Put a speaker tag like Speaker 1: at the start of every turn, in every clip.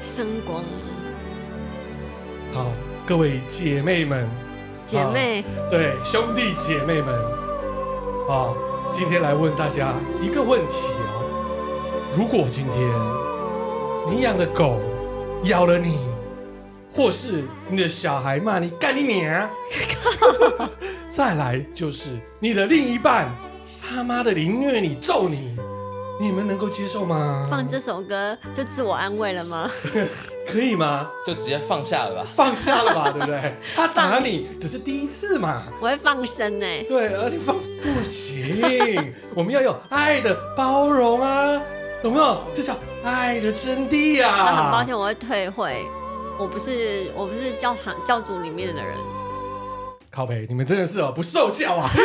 Speaker 1: 生光。
Speaker 2: 好，各位姐妹们，
Speaker 1: 姐妹，
Speaker 2: 对兄弟姐妹们，啊，今天来问大家一个问题啊：如果今天你养的狗咬了你，或是你的小孩骂你干你娘，再来就是你的另一半他妈的凌虐你、揍你，你们能够接受吗？
Speaker 1: 放这首歌就自我安慰了吗？
Speaker 2: 啊可以吗？
Speaker 3: 就直接放下了吧。
Speaker 2: 放下了吧，对不对？他打你只是第一次嘛，
Speaker 1: 我会放欸生呢、
Speaker 2: 对，而你放不行，我们要有爱的包容啊，有没有？这叫爱的真谛啊！
Speaker 1: 那很抱，歉，我会退会。我不是我不是教堂教主里面的 人，
Speaker 2: 靠北，你们真的是哦，不受教啊！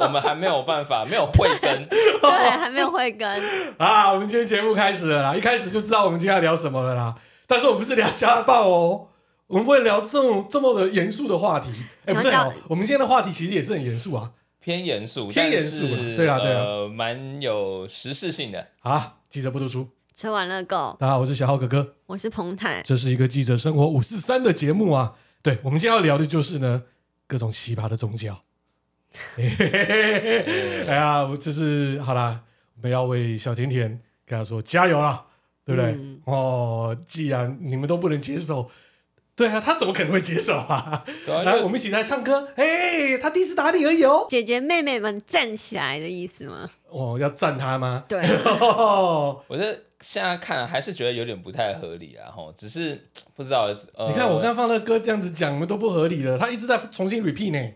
Speaker 3: 我们还没有办法，没有慧 根，
Speaker 1: 对，还没有慧根。
Speaker 2: 啊，我们今天节目开始了啦，一开始就知道我们今天要聊什么了啦。但是我们不是聊家暴哦，我们不会聊这么这么的严肃的话题。哎、不对
Speaker 1: 然后
Speaker 2: 哦，我们今天的话题其实也是很严肃啊
Speaker 3: 偏严肃，
Speaker 2: 偏严肃啦
Speaker 3: 但是
Speaker 2: 对啦啊对啦
Speaker 3: 呃，蛮有时事性的。
Speaker 2: 啊！记者不读书，
Speaker 1: 吃完了够，
Speaker 2: 大家好，我是小浩哥哥。
Speaker 1: 我是彭坦，
Speaker 2: 这是一个记者生活五四三的节目啊。对，我们今天要聊的就是呢，各种奇葩的宗教。 嘿嘿嘿嘿哎呀，我这是好啦，我们要为小甜甜跟她说加油啦，对不对？
Speaker 1: 嗯
Speaker 2: 哦，既然你们都不能接受，对啊，他怎么可能会接受啊？
Speaker 3: 对啊，
Speaker 2: 来，
Speaker 3: 就
Speaker 2: 我们一起来唱歌。哎，他第一次打你而已哦。
Speaker 1: 姐姐妹妹们站起来的意思吗？
Speaker 2: 哦，要赞他吗？
Speaker 1: 对，
Speaker 2: 哦，
Speaker 3: 我这现在看还是觉得有点不太合理啊，吼，只是不知道。呃、
Speaker 2: 你看我刚放的歌这样子讲，你们都不合理了。他一直在重新 repeat 呢。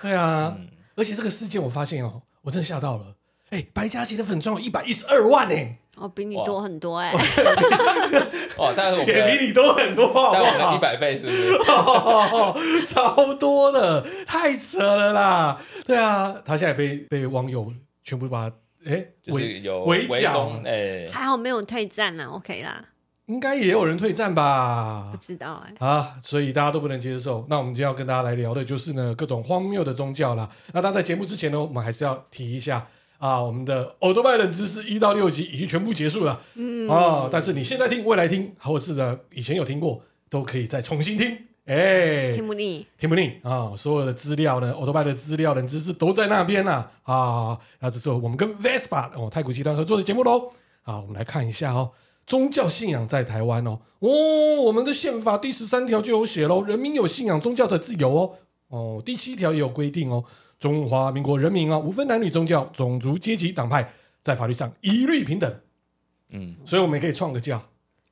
Speaker 2: 对啊，
Speaker 3: 嗯
Speaker 2: 而且这个事件我发现哦，我真的吓到了。哎、白嘉琪的粉妆有一百一十二万呢、
Speaker 1: 我、哦比你多很多哎、
Speaker 3: 哇，但是 我们
Speaker 2: 也
Speaker 3: 的，
Speaker 2: 比你多很多，好啊
Speaker 3: 但
Speaker 2: 不
Speaker 3: 我们的一
Speaker 2: 好？
Speaker 3: 百倍是不是？
Speaker 2: 超多的，太扯了啦！对啊，他现在被被网友全部把他哎
Speaker 3: 就是有
Speaker 2: 围
Speaker 3: 围
Speaker 2: 剿
Speaker 3: 攻，哎、
Speaker 1: 还好没有退战呢、啊、，OK 啦，
Speaker 2: 应该也有人退战吧
Speaker 1: 不？知道哎、
Speaker 2: 啊，所以大家都不能接受。那我们今天要跟大家来聊的就是呢各种荒谬的宗教啦。那当然在节目之前呢，我们还是要提一下啊，我们的欧多拜冷知识一到六集已经全部结束了，嗯啊，但是你现在听、未来听，或是呢以前有听过，都可以再重新听。哎、
Speaker 1: 听不腻，
Speaker 2: 听不定啊、所有的资料呢，欧多拜的资料、冷知识都在那边啦啊。那这是我们跟 Vespa 哦太古集团合作的节目喽。啊，我们来看一下哦，宗教信仰在台湾哦，哦，我们的宪法第十三条就有写喽，人民有信仰宗教的自由哦。哦，第七条也有规定哦，中华民国人民啊，无分男女、宗教、种族、阶级、党派，在法律上一律平等。
Speaker 3: 嗯，
Speaker 2: 所以我们也可以创个教，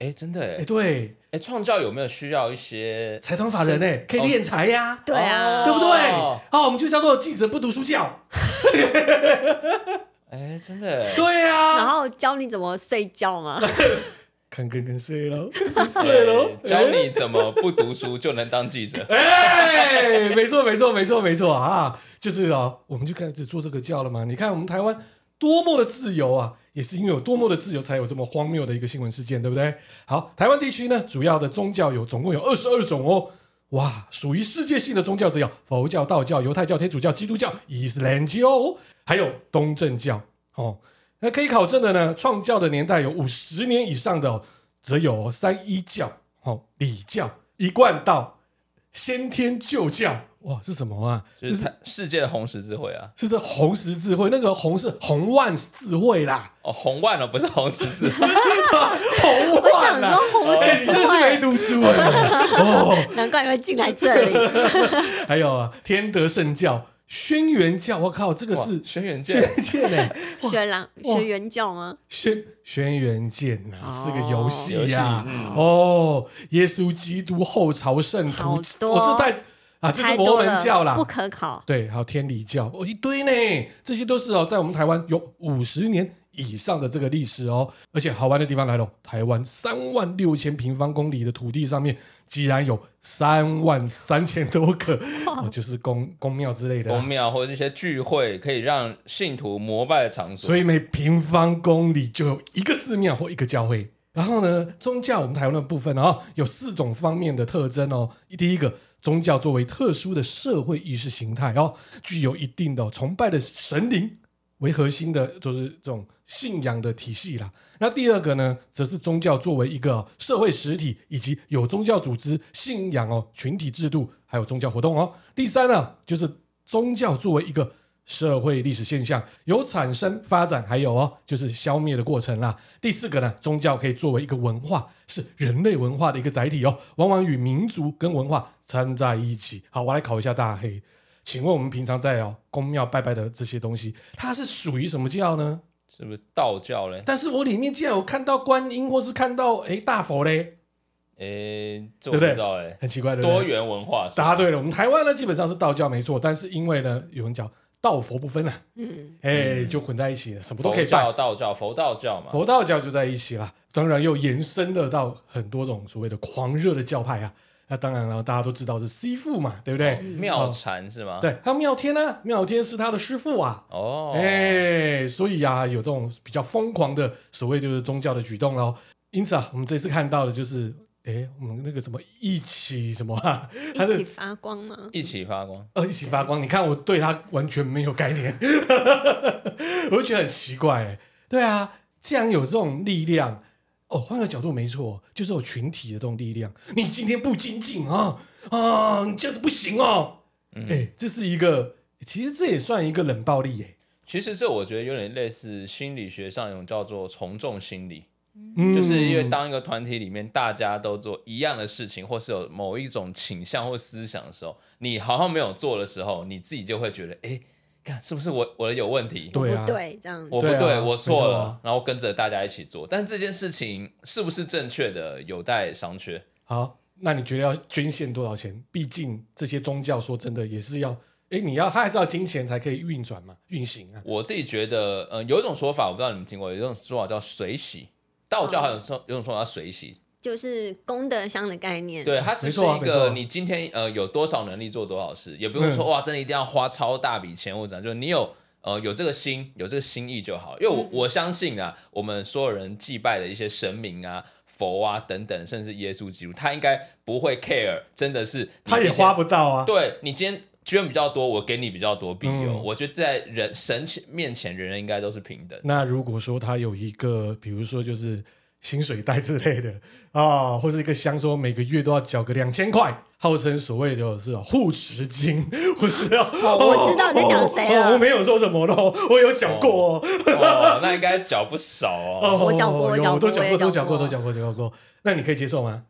Speaker 3: 哎、真的
Speaker 2: 哎、
Speaker 3: 哎、
Speaker 2: 对，
Speaker 3: 哎，创、教有没有需要一些
Speaker 2: 财团法人呢、可以敛财呀、
Speaker 1: 对啊，
Speaker 2: 对不对？
Speaker 3: 哦
Speaker 2: 好、我们就叫做记者不读书教。
Speaker 3: 哎、真的哎、
Speaker 2: 对
Speaker 1: 然
Speaker 2: 啊，
Speaker 1: 后教你怎么睡觉 吗？
Speaker 2: 看跟跟睡喽，跟谁睡喽？。
Speaker 3: 对哎教你怎么不读书就能当记者
Speaker 2: 哎，没错，没错，没错，没错啊！就是啊，我们就开始做这个教了嘛。你看我们台湾多么的自由啊，也是因为有多么的自由，才有这么荒谬的一个新闻事件，对不对？好，台湾地区呢，主要的宗教有总共有二十二种哦。哇，属于世界性的宗教只有佛教、道教、犹太教、天主教、基督教、伊斯兰教，哦还有东正教哦。那可以考证的呢，创教的年代有五十年以上的、哦，则有三一教、哦礼教、一贯道、先天旧教，哇，是什么啊？
Speaker 3: 就
Speaker 2: 就是是
Speaker 3: 他世界的红十字会啊，
Speaker 2: 是这红十字会，那个红是红万字 会啦，
Speaker 3: 哦，红万了不是红十字，
Speaker 2: 红
Speaker 1: 我
Speaker 2: 万
Speaker 1: 想
Speaker 2: 啦
Speaker 1: 说。红
Speaker 2: 哎、你
Speaker 1: 色
Speaker 2: 真是没读书哎、哦，
Speaker 1: 难怪你会进来这里。
Speaker 2: 还有啊，天德圣教、轩辕教，我靠，这个
Speaker 3: 哇
Speaker 2: 是
Speaker 3: 轩辕
Speaker 2: 轩
Speaker 3: 剑，
Speaker 2: 辕剑哎，
Speaker 1: 学狼学原教吗？
Speaker 2: 轩轩辕剑呐，
Speaker 1: 哦
Speaker 2: 啊
Speaker 1: 嗯
Speaker 2: 是个游戏呀
Speaker 3: 游戏。
Speaker 2: 哦，耶稣基督后朝圣徒，
Speaker 1: 好
Speaker 2: 我
Speaker 1: 多
Speaker 2: 这代啊，这是
Speaker 1: 太
Speaker 2: 摩
Speaker 1: 多了，
Speaker 2: 门教啦，
Speaker 1: 不可考。
Speaker 2: 对，还有天理教哦，一堆呢，这些都是哦，在我们台湾有五十年以上的这个历史哦。而且好玩的地方来了，台湾三万六千平方公里的土地上面，竟然有三万三千多个哦，就是宫宫庙之类的啊
Speaker 3: 宫
Speaker 2: 啦。
Speaker 3: 庙或者一些聚会可以让信徒膜拜的场所
Speaker 2: 所。以每平方公里就有一个寺庙或一个教会。然后呢，宗教我们台湾的部分啊、哦，有四种方面的特征哦。第一个，宗教作为特殊的社会意识形态哦，具有一定的崇拜的神灵为核心的，就是这种信仰的体系啦。那第二个呢，则是宗教作为一个、哦社会实体，以及有宗教组织、信仰哦、群体制度，还有宗教活动哦。第三呢，就是宗教作为一个社会历史现象，有产生、发展，还有哦，就是消灭的过程啦。第四个呢，宗教可以作为一个文化，是人类文化的一个载体哦，往往与民族跟文化掺在一起。好，我来考一下大黑。请问我们平常在哦宫庙拜拜的这些东西，它是属于什么教呢？
Speaker 3: 是不是道教嘞？
Speaker 2: 但是我里面竟然有看到观音，或是看到诶大佛嘞，
Speaker 3: 诶，这
Speaker 2: 对不
Speaker 3: 我不
Speaker 2: 对
Speaker 3: 知道诶，
Speaker 2: 很奇怪，对不对
Speaker 3: 多元文化是吧
Speaker 2: 答对了，我们台湾呢基本上是道教没错，但是因为呢有人讲道佛不分啊，
Speaker 1: 嗯，
Speaker 2: 哎、就混在一起了，什么都可
Speaker 3: 佛
Speaker 2: 以拜
Speaker 3: 教、。道教、佛道教嘛，
Speaker 2: 佛道教就在一起了，当然又延伸的到很多种所谓的狂热的教派啊。那当然了，大家都知道是师父嘛，对不
Speaker 3: 嗯
Speaker 2: 对？
Speaker 3: 妙禅是吗？，
Speaker 2: 对，还有妙天啊，妙天是他的师父啊。
Speaker 3: 哦，
Speaker 2: 哎、所以啊，有这种比较疯狂的所谓就是宗教的举动喽。因此啊，我们这次看到的就是，哎、我们那个什么一起什么啊， 他
Speaker 1: 一起
Speaker 2: 是
Speaker 1: 发光吗？
Speaker 3: 一起发光，
Speaker 2: 呃一起发光。你看我对他完全没有概念， 我就觉得很奇怪、哎，对啊，既然有这种力量，哦，换个角度没错，就是有群体的这种力量。你今天不精进啊啊，你这样子不行哦。哎、
Speaker 3: 嗯
Speaker 2: 这是一个，其实这也算一个冷暴力耶、哎
Speaker 3: 其实这我觉得有点类似心理学上有叫做从众心理，
Speaker 2: 嗯
Speaker 3: 就是因为当一个团体里面大家都做一样的事情，或是有某一种倾向或思想的时候，你好像没有做的时候，你自己就会觉得，哎，看是不是我我的有问题？
Speaker 2: 对啊，
Speaker 1: 不对，这样子
Speaker 3: 我不
Speaker 2: 对啊
Speaker 3: 对，我
Speaker 2: 没
Speaker 3: 错
Speaker 2: 错
Speaker 3: 了，
Speaker 2: 啊
Speaker 3: 然后跟着大家一起做，但这件事情是不是正确的，有待商榷。
Speaker 2: 好，那你觉得要捐献多少钱？毕竟这些宗教说真的也是要，哎，你要它还是要金钱才可以运转嘛，运行啊。
Speaker 3: 我自己觉得，呃，有一种说法，我不知道你们听过，有一种说法叫水洗，道教还有说有一种说法叫水洗，
Speaker 1: 就是功德箱的概念。
Speaker 3: 对，它只是
Speaker 2: 没错啊
Speaker 3: 一
Speaker 2: 没错
Speaker 3: 个
Speaker 2: 啊
Speaker 3: 你今天呃有多少能力做多少事，也不用说、哇，真的一定要花超大笔钱或者怎样，就是你有。呃，有这个心，有这个心意就好。因为我、我相信啊，我们所有人祭拜的一些神明啊、佛啊等等，甚至耶稣基督，他应该不会 care，真的是你
Speaker 2: 他也
Speaker 3: 今天
Speaker 2: 花不到啊。
Speaker 3: 对你今天捐比较多，我给你比较多庇佑。
Speaker 2: 嗯
Speaker 3: 我觉得在人神前面前，人人应该都是 平等。
Speaker 2: 那如果说他有一个，比如说就是薪水袋之类的啊、或是一个香说每个月都要缴个两千块，号称所谓的是哦护持金， 或是要、哦
Speaker 1: 我知道你在讲谁啊了
Speaker 2: 哦我没有说什么咯，我有缴过哦。
Speaker 3: 哦，那应该缴不少哦。
Speaker 2: 哦
Speaker 1: 我缴过我
Speaker 2: 有
Speaker 1: 缴
Speaker 2: 我都
Speaker 1: 过
Speaker 2: 缴
Speaker 1: 我也
Speaker 2: 过，都
Speaker 1: 缴
Speaker 2: 缴过，
Speaker 1: 过
Speaker 2: 都缴过，都缴过。那你可以接受吗？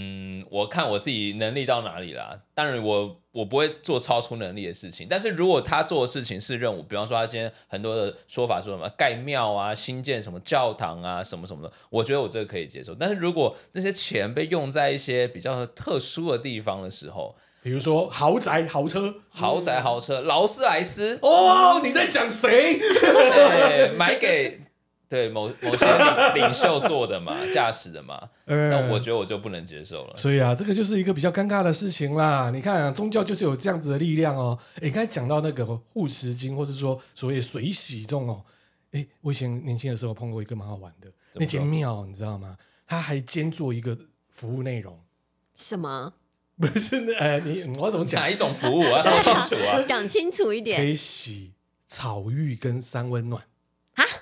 Speaker 3: 嗯，我看我自己能力到哪里啦。当然我，我不会做超出能力的事情。但是如果他做的事情是任务，比方说他今天很多的说法说什么盖庙啊、新建什么教堂啊、什么什么的，我觉得我这个可以接受。但是如果那些钱被用在一些比较特殊的地方的时候，
Speaker 2: 比如说豪宅、豪车。
Speaker 3: 豪宅、豪车、劳斯莱斯，
Speaker 2: 哦，你在讲谁？
Speaker 3: 对，买给对某某些领领袖做的嘛，驾驶的嘛，那
Speaker 2: 嗯
Speaker 3: 我觉得我就不能接受了。
Speaker 2: 所以啊，这个就是一个比较尴尬的事情啦。你看、啊，宗教就是有这样子的力量哦。诶，刚才讲到那个护持经，或是说所谓水洗这种哦，诶，我以前年轻的时候碰过一个蛮好玩的，
Speaker 3: 怎么说
Speaker 2: 那间庙你知道吗？它还兼做一个服务内容，
Speaker 1: 什么？
Speaker 2: 不是那呃，你我要怎么讲
Speaker 3: 哪？一种服务我要搞清楚啊？
Speaker 1: 讲清楚一
Speaker 2: 可
Speaker 1: 点。
Speaker 2: 以洗草浴跟三温暖，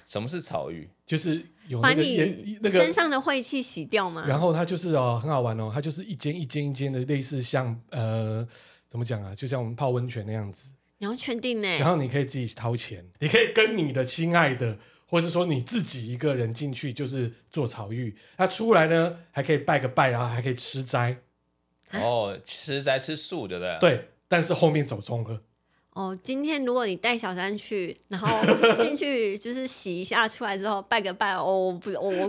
Speaker 3: 什么是草浴？
Speaker 2: 就是有
Speaker 1: 把
Speaker 2: 那个
Speaker 1: 你
Speaker 2: 那个
Speaker 1: 身上的晦气洗掉吗？
Speaker 2: 然后它就是哦，很好玩哦，它就是一间一间一间的，类似像呃，怎么讲啊？就像我们泡温泉那样子。
Speaker 1: 你要确定呢、
Speaker 2: 然后你可以自己掏钱，你可以跟你的亲爱的，或是说你自己一个人进去，就是做草浴。那出来呢，还可以拜个拜，然后还可以吃斋。
Speaker 3: 哦，吃斋吃素，对不对？，
Speaker 2: 对，但是后面走中了。
Speaker 1: 哦，今天如果你带小三去，然 后进去就是洗一下，出来之后拜个拜，哦，我不，我我我过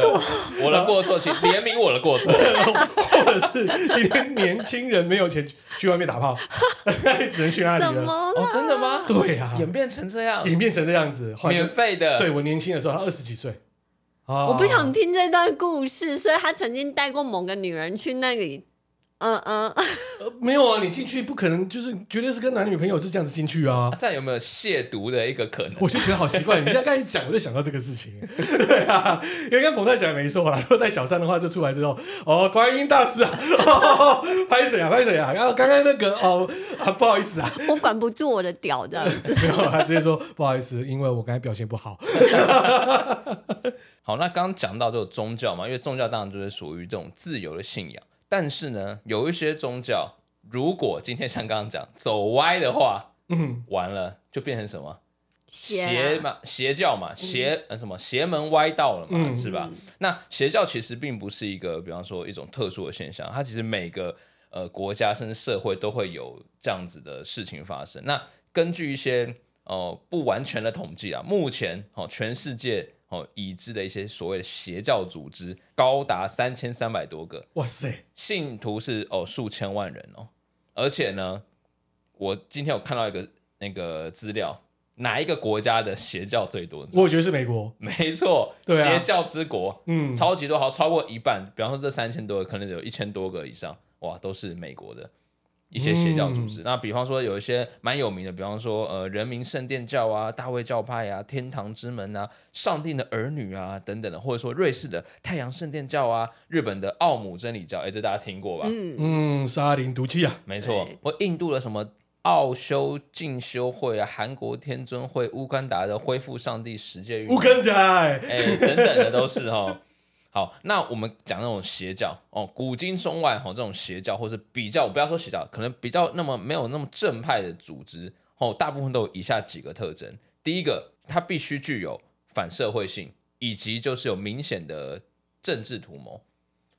Speaker 1: 错，
Speaker 3: 对，我的过错，请怜悯我的过 错。
Speaker 2: 或者是今天年轻人没有钱去去外面打炮， 只能去 那
Speaker 1: 什
Speaker 2: 里了。
Speaker 1: 么
Speaker 3: 哦，真的吗？
Speaker 2: 对啊，
Speaker 3: 演变成这样，
Speaker 2: 演变成这样子，后来就
Speaker 3: 免费的。
Speaker 2: 对，我年轻的时候，他二十几岁，啊哦
Speaker 1: 我不想听这段故事，所以他曾经带过某个女人去那里，嗯嗯，
Speaker 2: 呃没有啊，你进去不可能，就是绝对是跟男女朋友是这样子进去啊
Speaker 3: 啊。这样有没有亵渎的一个可能？
Speaker 2: 我就觉得好奇怪，你现在刚才讲，我就想到这个事情。 对啊，因为跟彭泰讲也没错啦。如果带小三的话，就出来之后，哦，观音大师啊， 哦、拍谁啊，拍谁啊？然后刚刚那个哦啊，不好意思啊，
Speaker 1: 我管不住我的屌这样子。
Speaker 2: 没有，啊他直接说不好意思，因为我刚才表现不好。
Speaker 3: 好，那刚刚讲到这个宗教嘛，因为宗教当然就是属于这种自由的信仰，但是呢，有一些宗教如果今天像刚刚讲走歪的话，
Speaker 2: 嗯，
Speaker 3: 完了就变成什么
Speaker 1: 邪啊嗯
Speaker 3: 嘛邪教嘛邪、呃什么邪门歪道了嘛，
Speaker 2: 嗯
Speaker 3: 是吧？那邪教其实并不是一个，比方说一种特殊的现象，它其实每个呃国家甚至社会都会有这样子的事情发生。那根据一些呃不完全的统计啊，目前哦全世界哦已知的一些所谓的邪教组织高达三千三百多个，
Speaker 2: 哇塞，
Speaker 3: 信徒是哦数千万人哦，而且呢，我今天有看到一个那个资料，哪一个国家的邪教最多？
Speaker 2: 我觉得是美国，
Speaker 3: 没错，
Speaker 2: 对啊
Speaker 3: 邪教之国，
Speaker 2: 嗯，
Speaker 3: 超级多，好超过一半。比方说这三千多个，可能有一千多个以上，哇，都是美国的一些邪教组织。
Speaker 2: 嗯
Speaker 3: 那比方说有一些蛮有名的，比方说呃人民圣殿教啊、大卫教派啊、天堂之门啊、上帝的儿女啊等等的，或者说瑞士的太阳圣殿教啊、日本的奥姆真理教，哎，这大家听过吧？
Speaker 1: 嗯，
Speaker 2: 嗯，沙林毒气啊，
Speaker 3: 没错
Speaker 1: 对，
Speaker 3: 我印度的什么奥修进修会啊、韩国天尊会、乌干达的恢复上帝十诫运动
Speaker 2: 乌根仔，
Speaker 3: 哎、等等的都是哦。好，那我们讲那种邪教哦，古今中外哦，这种邪教或是比较，我不要说邪教，可能比较那么没有那么正派的组织哦，大部分都有以下几个特征。第一个，它必须具有反社会性，以及就是有明显的政治图谋。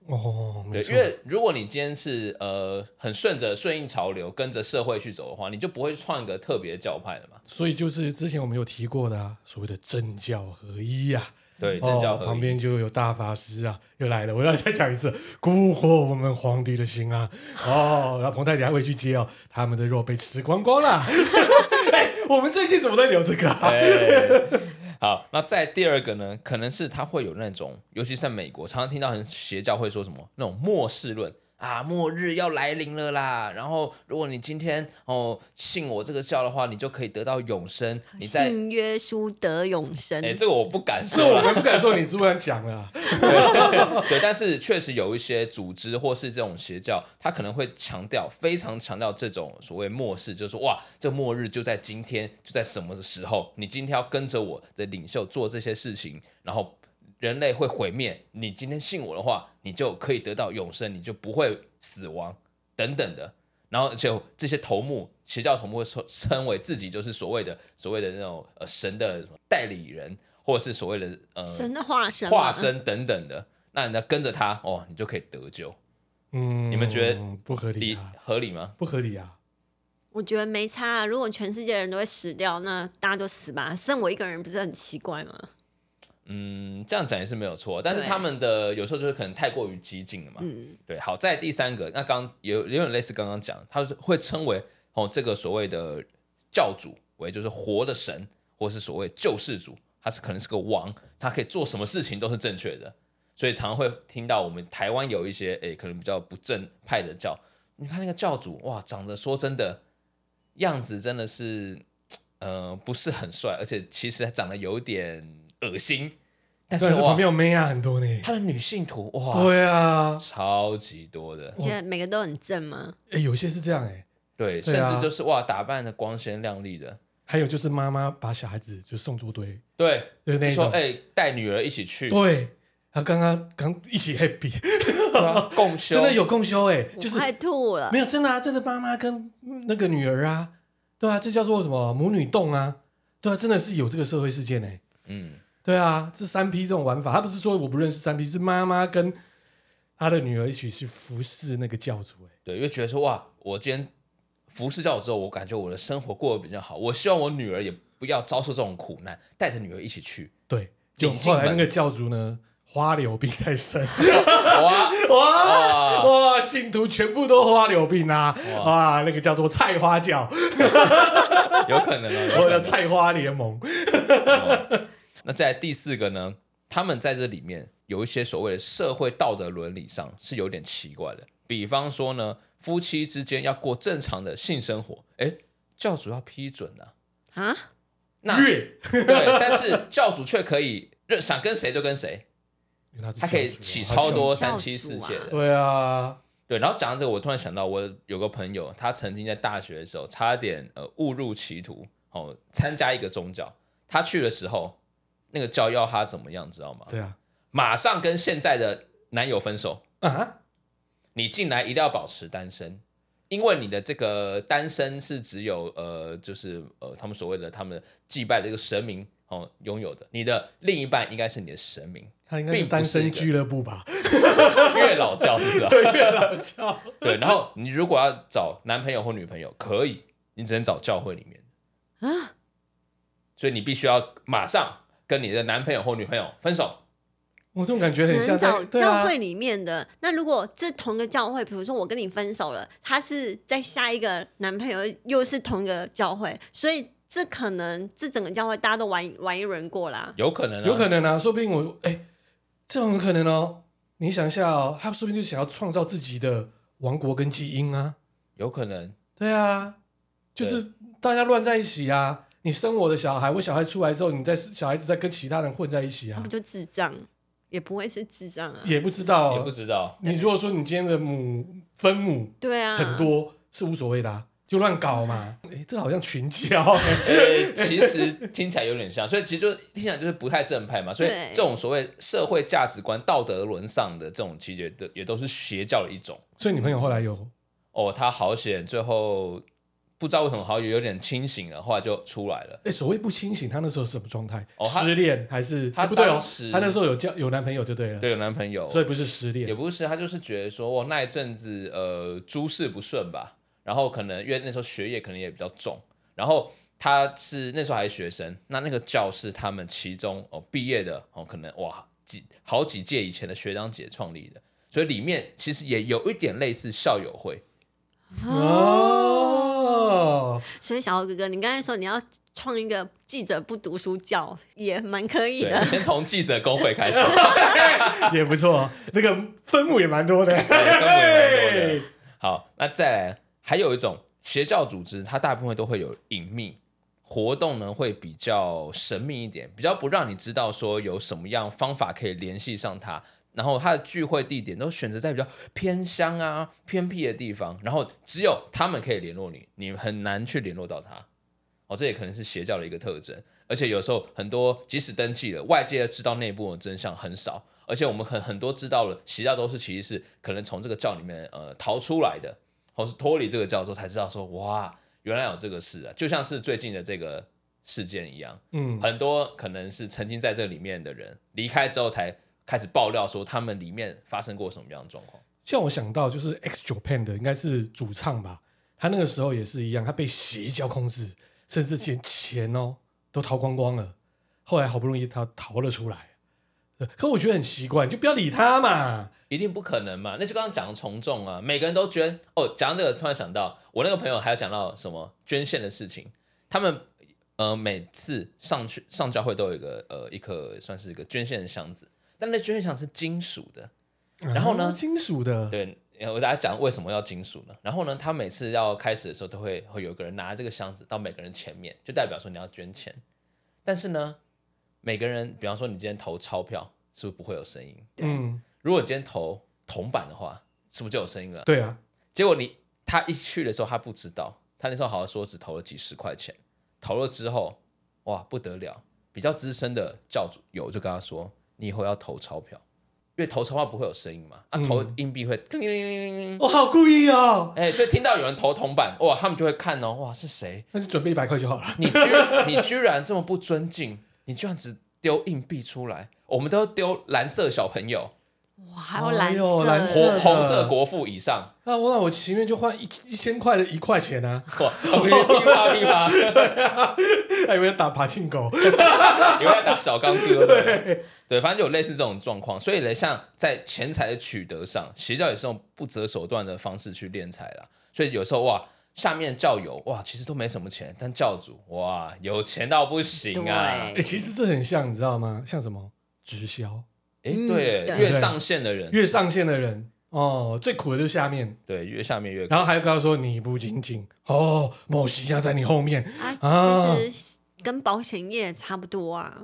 Speaker 2: 哦，没
Speaker 3: 对，
Speaker 2: 错
Speaker 3: 因为如果你今天是呃很顺着顺应潮流，跟着社会去走的话，你就不会创一个特别教派了嘛。
Speaker 2: 所以就是之前我们有提过的啊，所谓的政教合一呀、啊。
Speaker 3: 对，政教
Speaker 2: 哦、
Speaker 3: 合
Speaker 2: 旁
Speaker 3: 一。
Speaker 2: 边就有大法师啊，又来了，我要再讲一次，蛊惑我们皇帝的心啊！哦，然后彭太太还会去接哦，他们的肉被吃光光啦。 哎，我们最近怎么在聊这个、啊？
Speaker 3: 哎 好，那再第二个呢，可能是他会有那种，尤其是在美国，常常听到很邪教会说什么那种末世论啊，末日要来临了啦。然后如果你今天哦信我这个教的话，你就可以得到永生。你在
Speaker 1: 信约书得永生
Speaker 3: 哎、。这个我不敢
Speaker 2: 是
Speaker 3: 说
Speaker 2: 我
Speaker 3: 啦，
Speaker 2: 们不敢说，你突然讲了啊、
Speaker 3: 对对，但是确实有一些组织或是这种邪教，他可能会强调，非常强调这种所谓末世，就是说哇，这末日就在今天，就在什么时候，你今天要跟着我的领袖做这些事情，然后人类会毁灭，你今天信我的话，你就可以得到永生，你就不会死亡等等的。然后就这些头目，邪教头目会称称为自己就是所谓的所谓的那种呃神的什么代理人，或者是所谓的呃
Speaker 1: 神的化身嘛，啊
Speaker 3: 化身等等的，那你要跟着他哦，你就可以得救，
Speaker 2: 嗯，
Speaker 3: 你们觉得
Speaker 2: 不合理
Speaker 3: 理
Speaker 2: 啊？
Speaker 3: 合理吗？
Speaker 2: 不合理啊！
Speaker 1: 我觉得没差、啊。如果全世界人都会死掉，那大家就死吧，剩我一个人不是很奇怪吗？
Speaker 3: 嗯，这样讲也是没有错，但是
Speaker 1: 对
Speaker 3: 他们的有时候就是可能太过于激进了嘛。对，好，在第三个，那刚有有点类似刚刚讲，他会称为哦这个所谓的教主为就是活的神，或是所谓救世主，他是可能是个王，他可以做什么事情都是正确的，所以常常会听到我们台湾有一些诶可能比较不正派的教，你看那个教主哇，长得说真的样子真的是呃不是很帅，而且其实还长得有点恶心，但是
Speaker 2: 但是旁
Speaker 3: 哇
Speaker 2: 边，有妹啊，很多呢。
Speaker 3: 他的女性图哇
Speaker 2: 对啊，
Speaker 3: 超级多的
Speaker 1: 你。觉得每个都很正吗？
Speaker 2: 哎，有些是这样哎、
Speaker 3: 对，
Speaker 2: 对啊
Speaker 3: 甚至就是哇，打扮的光鲜亮丽的，
Speaker 2: 还有就是妈妈把小孩子就送猪堆，
Speaker 3: 对，
Speaker 2: 就是那
Speaker 3: 就
Speaker 2: 一
Speaker 3: 说
Speaker 2: 种。
Speaker 3: 哎、带女儿一起去，
Speaker 2: 对，啊他刚刚刚一起 happy，
Speaker 3: 对啊共修，
Speaker 2: 真的有共修哎、就是
Speaker 1: 我快吐了
Speaker 2: 没。有，真的啊，真的妈妈跟那个女儿啊，对啊，这叫做什么母女洞啊？对啊，真的是有这个社会事件哎、
Speaker 3: 嗯，
Speaker 2: 对啊，这三 P 这种玩法，他不是说我不认识三 P，是妈妈跟他的女儿一起去服侍那个教主哎、
Speaker 3: 对，因为觉得说哇，我今天服侍教我之后，我感觉我的生活过得比较好，我希望我女儿也不要遭受这种苦难，带着女儿一起去，
Speaker 2: 对，就
Speaker 3: 引进
Speaker 2: 后来那
Speaker 3: 门
Speaker 2: 个教主呢，花柳病在 身，
Speaker 3: 哇
Speaker 2: 哇
Speaker 3: 哇，
Speaker 2: 哇，信徒全部都花柳病啊，哇，那个叫做菜花教，
Speaker 3: 有可能哦，
Speaker 2: 或
Speaker 3: 有
Speaker 2: 者
Speaker 3: 可能
Speaker 2: 菜花联盟，
Speaker 3: 哦。那在第四个呢，他们在这里面有一些所谓的社会道德伦理上是有点奇怪的，比方说呢，夫妻之间要过正常的性生活，哎，教主要批准啊。
Speaker 1: 啊，
Speaker 3: 那
Speaker 2: 月，
Speaker 3: 对，但是教主却可以任想跟谁就跟谁，
Speaker 2: 因为他是
Speaker 3: 他可以
Speaker 2: 教主啊
Speaker 3: 起超
Speaker 1: 他是教
Speaker 3: 多三
Speaker 1: 主
Speaker 3: 妻四妾的。
Speaker 2: 对啊，
Speaker 3: 对，然后讲到这个，我突然想到，我有个朋友，他曾经在大学的时候差点呃误入歧途，哦，参加一个宗教。他去的时候，那个教要他怎么样，知道吗？
Speaker 2: 这样
Speaker 3: 马上跟现在的男友分手。
Speaker 2: 啊，
Speaker 3: 你进来一定要保持单身，因为你的这个单身是只有呃，就是呃，他们所谓的他们祭拜的这个神明哦拥有的。你的另一半应该是你的神明，
Speaker 2: 他应该是
Speaker 3: 并不是
Speaker 2: 单身
Speaker 3: 一个
Speaker 2: 俱乐部吧？
Speaker 3: 月老教是 吧？
Speaker 2: 月老教，
Speaker 3: 对，然后你如果要找男朋友或女朋友，可以，你只能找教会里面
Speaker 1: 啊，
Speaker 3: 所以你必须要马上跟你的男朋友或女朋友分手。
Speaker 2: 我这种感觉
Speaker 1: 只
Speaker 2: 很像
Speaker 1: 能找
Speaker 2: 在对
Speaker 1: 教
Speaker 2: 啊，
Speaker 1: 会里面的。那如果这同个教会，比如说我跟你分手了，他是在下一个男朋友又是同一个教会，所以这可能这整个教会大家都玩玩一轮过啦。
Speaker 3: 有可能、啊，
Speaker 2: 有可能啊，说不定我哎，这种有可能哦。你想一下哦，他说不定就想要创造自己的王国跟基因啊。
Speaker 3: 有可能，
Speaker 2: 对啊，就是大家乱在一起啊。你生我的小孩，我小孩出来之后，你在小孩子在跟其他人混在一起
Speaker 1: 他
Speaker 2: 啊
Speaker 1: 不，就智障，也不会是智障啊。
Speaker 2: 也不知道
Speaker 3: 也不
Speaker 2: 哦。
Speaker 3: 知道。
Speaker 2: 你如果说你今天的母分母
Speaker 1: 对
Speaker 3: 嗯
Speaker 1: 啊，
Speaker 2: 很多是无所谓的、啊，就乱搞嘛。哎，这好像群 交、
Speaker 3: 呃，其实听起来有点像，所以其实就听起来就是不太正派嘛。所以
Speaker 1: 对
Speaker 3: 这种所谓社会价值观、道德沦丧的这种，其实也都也都是邪教的一种。
Speaker 2: 所以你朋友后来有
Speaker 3: 哦，他好险，最后不知道为什么好像有点清醒了，后来就出来了。
Speaker 2: 哎，所谓不清醒，他那时候是什么状态？
Speaker 3: 哦他
Speaker 2: 失恋还是
Speaker 3: 他
Speaker 2: 哎不对哦
Speaker 3: 当？时
Speaker 2: 他那时候有交有男朋友就对了，
Speaker 3: 对，有男朋友，
Speaker 2: 所以不是失
Speaker 3: 也
Speaker 2: 恋。
Speaker 3: 不是，他就是觉得说，哇，那一阵子呃诸事不顺吧，然后可能因为那时候学业可能也比较重，然后他是那时候还是学生，那那个教室他们其中哦毕业的哦，可能哇几好几届以前的学长姐创立的，所以里面其实也有一点类似校友会，
Speaker 2: 哦，
Speaker 1: 所以小豪哥哥，你刚才说你要创一个记者不读书教，也蛮可以
Speaker 3: 对
Speaker 1: 的，。
Speaker 3: 先从记者工会开始，
Speaker 2: 也不错，那个分母也蛮多的。
Speaker 3: 对分母也蛮多的好，那再来还有一种邪教组织，它大部分都会有隐秘活动呢，会比较神秘一点，比较不让你知道说有什么样方法可以联系上它。然后它的聚会地点都选择在比较偏乡啊、偏僻的地方，然后只有他们可以联络你，你很难去联络到他。哦，这也可能是邪教的一个特征。而且有时候很多即使登记了，外界知道内部的真相很少，而且我们很很多知道了邪教都是其实是可能从这个教里面呃逃出来的，或是脱离这个教之后才知道说哇，原来有这个事啊，就像是最近的这个事件一样，
Speaker 2: 嗯，
Speaker 3: 很多可能是曾经在这里面的人离开之后才开始爆料说他们里面发生过什么样的状况。
Speaker 2: 像我想到就是 X Japan 的应该是主唱吧，他那个时候也是一样，他被邪教控制，甚至连钱哦都掏光光了，后来好不容易他逃了出来。呃可我觉得很奇怪，你就不要理他嘛。
Speaker 3: 一定不可能嘛？那就刚刚讲的从众啊，每个人都捐哦。讲到这个，突然想到我那个朋友还有讲到什么捐献的事情，他们呃每次上去上教会都有一个呃一颗算是一个捐献的箱子，但那捐献箱是金属的，然后呢
Speaker 2: 啊金属的，
Speaker 3: 对，呃我大家讲为什么要金属呢？然后呢，他每次要开始的时候，都会会有个人拿这个箱子到每个人前面，就代表说你要捐钱。但是呢，每个人，比方说你今天投钞票，是不是不会有声音？
Speaker 2: 嗯，
Speaker 3: 如果你今天投铜板的话，是不是就有声音了？
Speaker 2: 对啊，
Speaker 3: 结果你他一去的时候，他不知道，他那时候好像说只投了几十块钱，投了之后，哇，不得了！比较资深的教主有就跟他说，你以后要投钞票，因为投钞票不会有声音嘛，啊，投硬币会叮铃铃铃铃铃，
Speaker 2: 我好故意哦，
Speaker 3: 哎，所以听到有人投铜板，哇，他们就会看哦，哇，是谁？
Speaker 2: 那就准备一百块就好了。
Speaker 3: 你居你居然这么不尊敬，你居然只丢硬币出来，我们都丢蓝色小朋友，
Speaker 1: 哇，还有蓝
Speaker 2: 哎呦
Speaker 1: 色，
Speaker 2: 蓝色
Speaker 3: 红
Speaker 2: 的
Speaker 3: 红色国父以上。
Speaker 2: 那我那我情愿就换一一千块的一块钱啊，
Speaker 3: 哇，噼噼啪噼啪，
Speaker 2: 还以为哎打爬进狗。
Speaker 3: 有在打小钢珠，对不对？对，反正就有类似这种状况，所以呢，像在钱财的取得上，邪教也是用不择手段的方式去敛财啦。所以有时候哇，下面教友哇，其实都没什么钱，但教主哇，有钱到不行啊！
Speaker 2: 哎、其实这很像，你知道吗？像什么直销，
Speaker 3: 哎，
Speaker 1: 嗯
Speaker 3: 对，
Speaker 1: 对
Speaker 3: 越上线的人
Speaker 2: 越上线的人哦，最苦的就是下面，
Speaker 3: 对，越下面越
Speaker 2: 然
Speaker 3: 高。
Speaker 2: 后还告诉说你不仅仅哦，某西亚在你后面，
Speaker 1: 啊，
Speaker 2: 啊
Speaker 1: 其实跟保险业差不多啊。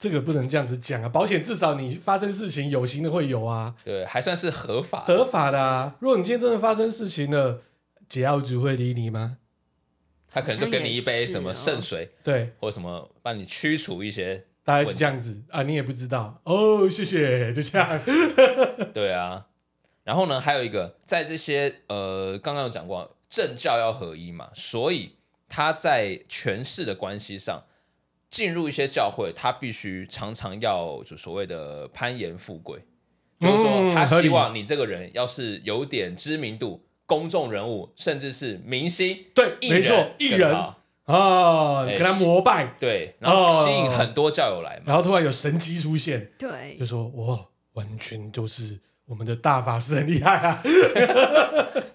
Speaker 2: 这个不能这样子讲啊。保险至少你发生事情有形的会有啊，
Speaker 3: 对，还算是合法的。
Speaker 2: 合法的啊。如果你今天真的发生事情了，解药组会理你吗？
Speaker 3: 他可能就给你一杯什么
Speaker 1: 好像也是哦
Speaker 3: 圣水，
Speaker 2: 对，
Speaker 3: 或者什么帮你驱除一些。
Speaker 2: 大概就这样子啊，你也不知道哦，谢谢，就这 样。
Speaker 3: 对啊，然后呢，还有一个，在这些呃，刚刚有讲过，政教要合一嘛，所以他在权势的关系上，进入一些教会，他必须常常要就所谓的攀岩富贵，就是说
Speaker 2: 嗯
Speaker 3: 他
Speaker 2: 合理
Speaker 3: 希望你这个人要是有点知名度、公众人物，甚至是明星、
Speaker 2: 对，
Speaker 3: 艺
Speaker 2: 没
Speaker 3: 人
Speaker 2: 错，艺
Speaker 3: 更
Speaker 2: 人
Speaker 3: 好
Speaker 2: 啊，
Speaker 3: 哎
Speaker 2: 你跟他膜拜，
Speaker 3: 对，然后
Speaker 2: 哦
Speaker 3: 吸引很多教友来嘛，
Speaker 2: 然后突然有神机出现，
Speaker 3: 嗯
Speaker 1: 对
Speaker 2: 就，说哇，完全就是我们的大法师很厉害 啊。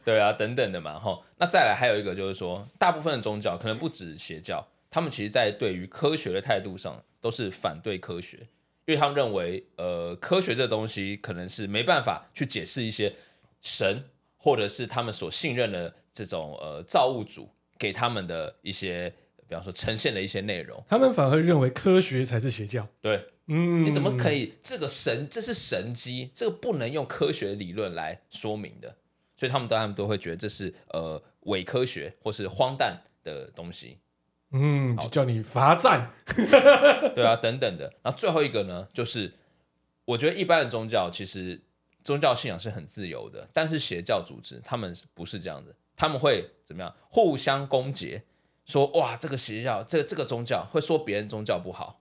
Speaker 3: 对啊，等等的嘛，哈。那再来还有一个就是说，大部分的宗教可能不止邪教，他们其实在对于科学的态度上都是反对科学，因为他们认为，呃，科学这东西可能是没办法去解释一些神或者是他们所信任的这种呃造物主给他们的一些，比方说呈现的一些内容。
Speaker 2: 他们反而认为科学才是邪教。
Speaker 3: 对，
Speaker 2: 嗯，
Speaker 3: 你哎怎么可以？这个神，这是神机，这个不能用科学理论来说明的。所以他们当然都会觉得这是呃伪科学或是荒诞的东西，
Speaker 2: 嗯，就叫你罚站。
Speaker 3: 对啊，等等的。然后最后一个呢，就是我觉得一般的宗教其实宗教信仰是很自由的，但是邪教组织他们不是这样子，他们会怎么样？互相攻讦，说哇这个邪教，这这个宗教会说别人宗教不好。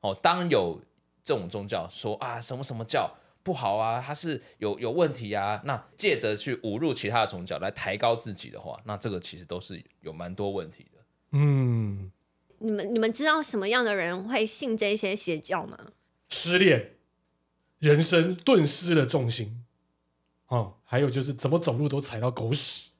Speaker 3: 哦，当有这种宗教说啊什么什么教不好啊，它是有有问题啊，那借着去侮辱其他的宗教来抬高自己的话，那这个其实都是有蛮多问题的。
Speaker 2: 嗯，
Speaker 1: 你们你们知道什么样的人会信这些邪教吗？
Speaker 2: 失恋，人生顿失了重心。哦，还有就是怎么走路都踩到狗屎。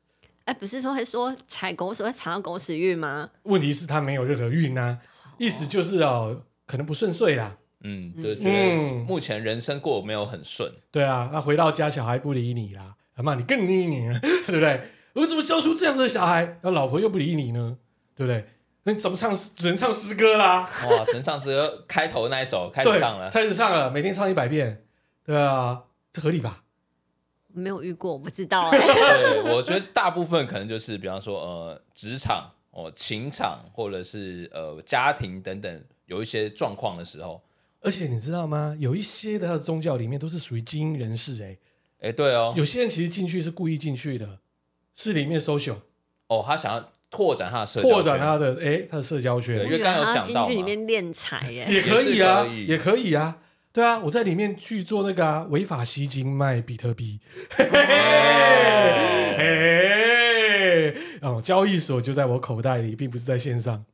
Speaker 1: 哎，不是说会说踩狗屎会踩到狗屎运吗？
Speaker 2: 问题是他没有任何运啊，意思就是哦，可能不顺遂啦。
Speaker 3: 嗯，就觉得
Speaker 2: 嗯
Speaker 3: 目前人生过得没有很顺，
Speaker 2: 对啊，那回到家小孩不理你啦，阿妈你更理你了， 对不对？我怎么教出这样子的小孩？那老婆又不理你呢，对不对？那你怎么唱诗？只能唱诗歌啦。
Speaker 3: 哇，陈唱是开头那一首开
Speaker 2: 对，
Speaker 3: 始唱了，
Speaker 2: 开始唱了，每天唱一百遍，对啊，这合理吧？
Speaker 1: 我没有遇过，我不知道哎、
Speaker 3: 对，我觉得大部分可能就是，比方说呃，职场哦、情场或者是呃家庭等等，有一些状况的时候，
Speaker 2: 而且你知道吗？有一些的他的宗教里面都是属于精英人士、欸，
Speaker 3: 哎，对哦，
Speaker 2: 有些人其实进去是故意进去的，是里面 social
Speaker 3: 哦，他想要拓展他的社交
Speaker 2: 拓展
Speaker 3: 圈
Speaker 2: 他的哎、他的社交
Speaker 1: 我
Speaker 3: 对
Speaker 2: 圈
Speaker 3: 因
Speaker 1: 以
Speaker 3: 为
Speaker 1: 为
Speaker 3: 刚刚有
Speaker 1: 他要
Speaker 3: 讲
Speaker 1: 进
Speaker 3: 到
Speaker 1: 去里
Speaker 3: 嘛
Speaker 1: 面练财哎、
Speaker 2: 也可以啊，
Speaker 3: 也是可以
Speaker 2: 也可以啊，对啊，我在里面去做那个啊，违法吸金卖比特币，
Speaker 3: 哦
Speaker 2: 嘿，哦，交易所就在我口袋里，并不是在线上，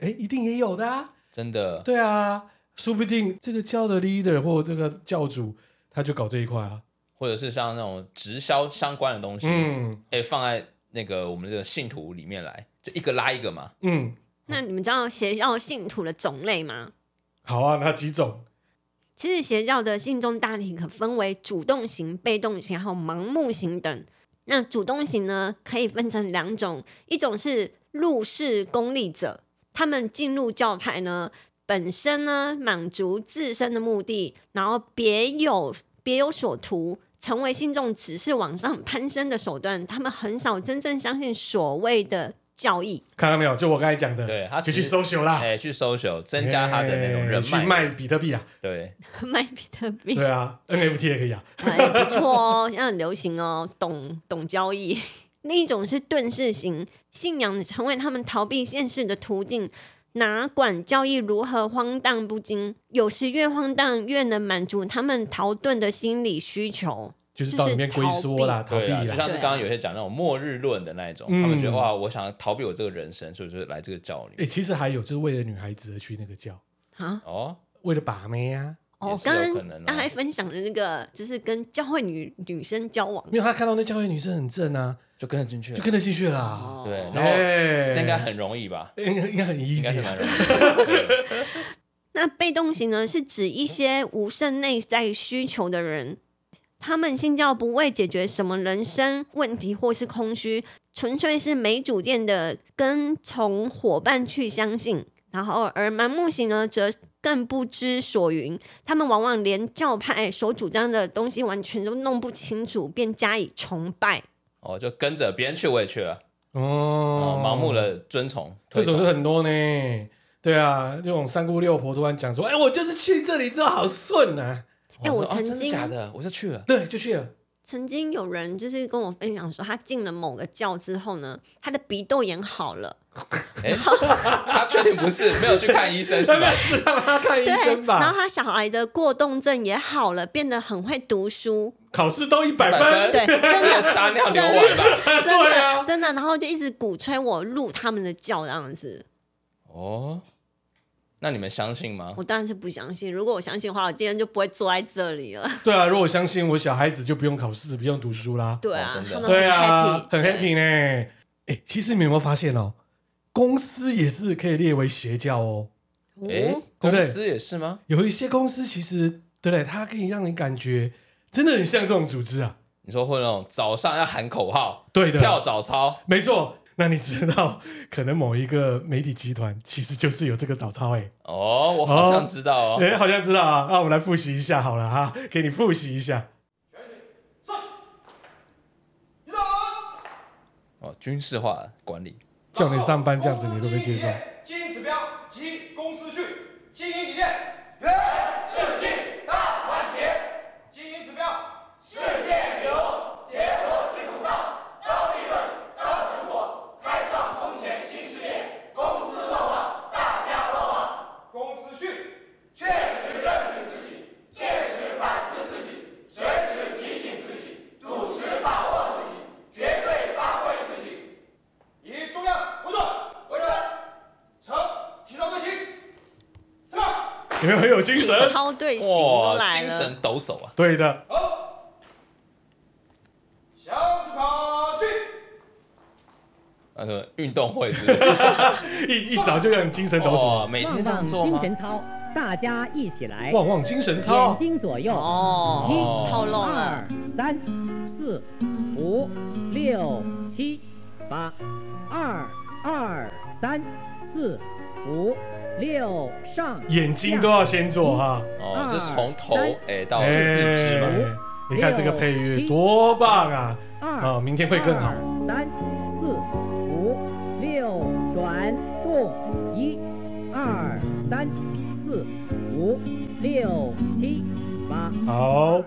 Speaker 2: 哎、一定也有的、啊，
Speaker 3: 真的，
Speaker 2: 对啊，说不定这个教的 leader 或这个教主他就搞这一块啊，
Speaker 3: 或者是像那种直销相关的东西，
Speaker 2: 嗯
Speaker 3: 哎，放在那个我们这个信徒里面来，就一个拉一个嘛，
Speaker 2: 嗯，
Speaker 1: 那你们知道邪教信徒的种类吗？
Speaker 2: 好啊，哪几种？
Speaker 1: 其实邪教的信众大体可分为主动型、被动型，还有盲目型等。那主动型呢，可以分成两种，一种是入世功利者，他们进入教派呢，本身呢满足自身的目的，然后别有别有所图，成为信众只是往上攀升的手段，他们很少真正相信所谓的教义。
Speaker 2: 看到没有？就我刚才讲的，
Speaker 3: 对他
Speaker 2: 就嗯
Speaker 3: 只
Speaker 2: 去
Speaker 3: 是
Speaker 2: social 啦，
Speaker 3: 哎，去 social 增加他的那种人
Speaker 2: 哎去
Speaker 3: 脉，
Speaker 2: 卖比特币啊，
Speaker 3: 对，
Speaker 1: 卖比特币，
Speaker 2: 对啊，NFT 也可以啊，
Speaker 1: 哎，不错哦，现在很流行哦，懂懂交易。 另一种是遁世型，信仰成为他们逃避现实的途径，哪管交易如何荒诞不经，有时越荒诞越能满足他们逃遁的心理需求。
Speaker 2: 就是到里面龟缩啦，逃避
Speaker 3: 对啊，就
Speaker 2: 啦，
Speaker 3: 像是刚刚有些讲那种末日论的那一种，
Speaker 2: 嗯
Speaker 3: 他们觉得哇，我想要逃避我这个人生，所以就来这个教里
Speaker 2: 哎，其实还有就是为了女孩子而去那个教，
Speaker 1: 啊，
Speaker 3: 哦，
Speaker 2: 为了把妹啊，
Speaker 3: 也
Speaker 1: 哦，
Speaker 3: 是有
Speaker 1: 刚
Speaker 3: 可能哦
Speaker 1: 刚大家分享的那个就是跟教会女女生交往
Speaker 2: 因为他看到那教会女生很正啊，
Speaker 3: 就跟着进去
Speaker 2: 就
Speaker 3: 了。
Speaker 2: 跟着进去啦，
Speaker 1: 哦，
Speaker 3: 对，然后
Speaker 2: 哎，
Speaker 3: 这应该很容易吧？
Speaker 2: 应该应该很
Speaker 3: 应该是
Speaker 2: easy
Speaker 3: 蛮
Speaker 2: 啊，
Speaker 3: 容易的。对
Speaker 1: 那被动型呢，是指一些无甚内在需求的人。他们信教不为解决什么人生问题或是空虚，纯粹是没主见的跟从伙伴去相信。然后，而盲目型呢，则更不知所云。他们往往连教派所主张的东西完全都弄不清楚，便加以崇拜。
Speaker 3: 哦，就跟着别人去我也去了，
Speaker 2: 哦
Speaker 3: 哦，盲目的遵从，
Speaker 2: 这
Speaker 3: 推
Speaker 2: 种
Speaker 3: 崇
Speaker 2: 是很多呢。对啊，这种三姑六婆突然讲说：“哎、我就是去这里之后好顺啊。
Speaker 1: 哎我
Speaker 3: 说
Speaker 1: 曾
Speaker 3: 哦真的
Speaker 1: 经
Speaker 3: 假的，我就去”了，
Speaker 2: 对，就去了。
Speaker 1: 曾经有人就是跟我分享说，他进了某个教之后呢，他的鼻窦炎好了。
Speaker 3: 哎，他确定不是没有去看医生是
Speaker 2: 当
Speaker 3: 吧
Speaker 2: 然？是让他看医
Speaker 1: 对
Speaker 2: 生，
Speaker 1: 然
Speaker 2: 吧，
Speaker 1: 后他小孩的过动症也好了，变得很会读 书，
Speaker 2: 考试都一百分。
Speaker 1: 对 真的
Speaker 3: 是撒尿牛丸吧？
Speaker 1: 真的、
Speaker 2: 对啊
Speaker 1: 真的，然后就一直鼓吹我入他们的教这样子。
Speaker 3: 哦，那你们相信吗？
Speaker 1: 我当然是不相信，如果我相信的话，我今天就不会坐在这里了。
Speaker 2: 对啊，如果相信我小孩子就不用考试，不用读书啦。
Speaker 1: 对啊，
Speaker 3: 哦真的
Speaker 1: 他们
Speaker 2: 对啊
Speaker 1: happy，，
Speaker 2: 很
Speaker 1: 对
Speaker 2: happy 呢。哎、其实你有没有发现哦，公司也是可以列为邪教哦。
Speaker 3: 哎
Speaker 1: 哦，
Speaker 2: 对不对
Speaker 3: 公司也是吗？
Speaker 2: 有一些公司其实，对不对？它可以让你感觉真的很像这种组织啊。
Speaker 3: 你说会那种早上要喊口号，
Speaker 2: 对的，
Speaker 3: 跳早操，
Speaker 2: 没错。那你知道， 可能某一个媒体集团其实就是有这个早操哎、
Speaker 3: 哦，我好像知道哦。
Speaker 2: 哎、好像知道啊。那我们来复习一下好了哈，给你复习一下。
Speaker 3: 哦，军事化管理，
Speaker 2: 叫你上班这样子，你会不会接受？？
Speaker 4: 经营指标及公司训，经营理念源自信大团结，经营指标世界流，结合志同道，高利润高成果，开创空前新事业，公司旺旺，大家旺旺。公司训确实认识自己，切实反思自己，随时提醒自己，笃实把握自己，绝对发挥自己。以重量为准，为准，成，提高队形，上，
Speaker 2: 有没有很有精神？
Speaker 1: 超队形都
Speaker 3: 哇，
Speaker 1: 来
Speaker 3: 精
Speaker 1: 了，
Speaker 3: 神抖擞啊！
Speaker 2: 对的，
Speaker 4: 好，向左跑去，
Speaker 3: 啊，什么 运动会是不是
Speaker 2: 一一早就让你精神抖
Speaker 3: 哇，
Speaker 2: 擞。
Speaker 3: 每天
Speaker 5: 旺
Speaker 3: 这
Speaker 5: 旺
Speaker 3: 样做
Speaker 5: 精
Speaker 3: 吗？
Speaker 5: 神操，大家一起来，
Speaker 2: 旺旺精神
Speaker 5: 眼
Speaker 2: 操，
Speaker 5: 睛左右，
Speaker 1: 哦，
Speaker 3: 哦
Speaker 1: 透露了
Speaker 5: 二。、三、四、五、六、七、八，二、二、三、四、五、六，上，
Speaker 2: 眼睛都要先做啊哈。
Speaker 3: 哦，就是从头
Speaker 5: 二
Speaker 3: 哎到四肢嘛。
Speaker 2: 哎你看这个配乐多棒啊！
Speaker 5: 二、
Speaker 2: 哦，明天会更好。
Speaker 5: 二三、四、五、六，转动，一、二、三、四、五、六、七、八。
Speaker 2: 好，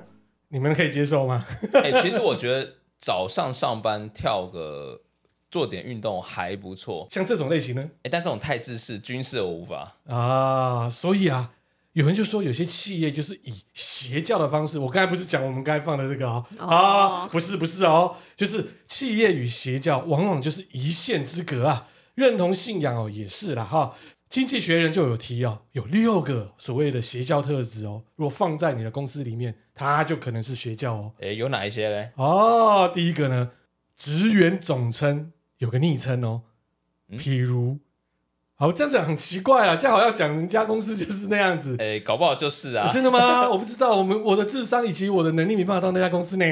Speaker 2: 你们可以接受吗？
Speaker 3: 哎、其实我觉得早上上班跳个做点运动还不错，
Speaker 2: 像这种类型呢？
Speaker 3: 哎、但这种太自式军事我无法。
Speaker 2: 啊，所以啊，有人就说有些企业就是以邪教的方式，我刚才不是讲我们刚才放的这个哦，
Speaker 1: 哦
Speaker 2: 啊，不是不是哦，就是企业与邪教往往就是一线之隔啊，认同信仰哦也是啦哈。经济学人就有提哦，有六个所谓的邪教特质哦，如果放在你的公司里面，它就可能是邪教哦。
Speaker 3: 哎、有哪一些 嘞？
Speaker 2: 哦，第一个呢，职员总称有个昵称哦，
Speaker 3: 嗯
Speaker 2: 譬如，好这样讲很奇怪啊啦，这样好像讲人家公司就是那样子。
Speaker 3: 哎、搞不好就是啊
Speaker 2: 啊。真的吗？ 我不知道，我们我的智商以及我的能力没办法到那家公司呢。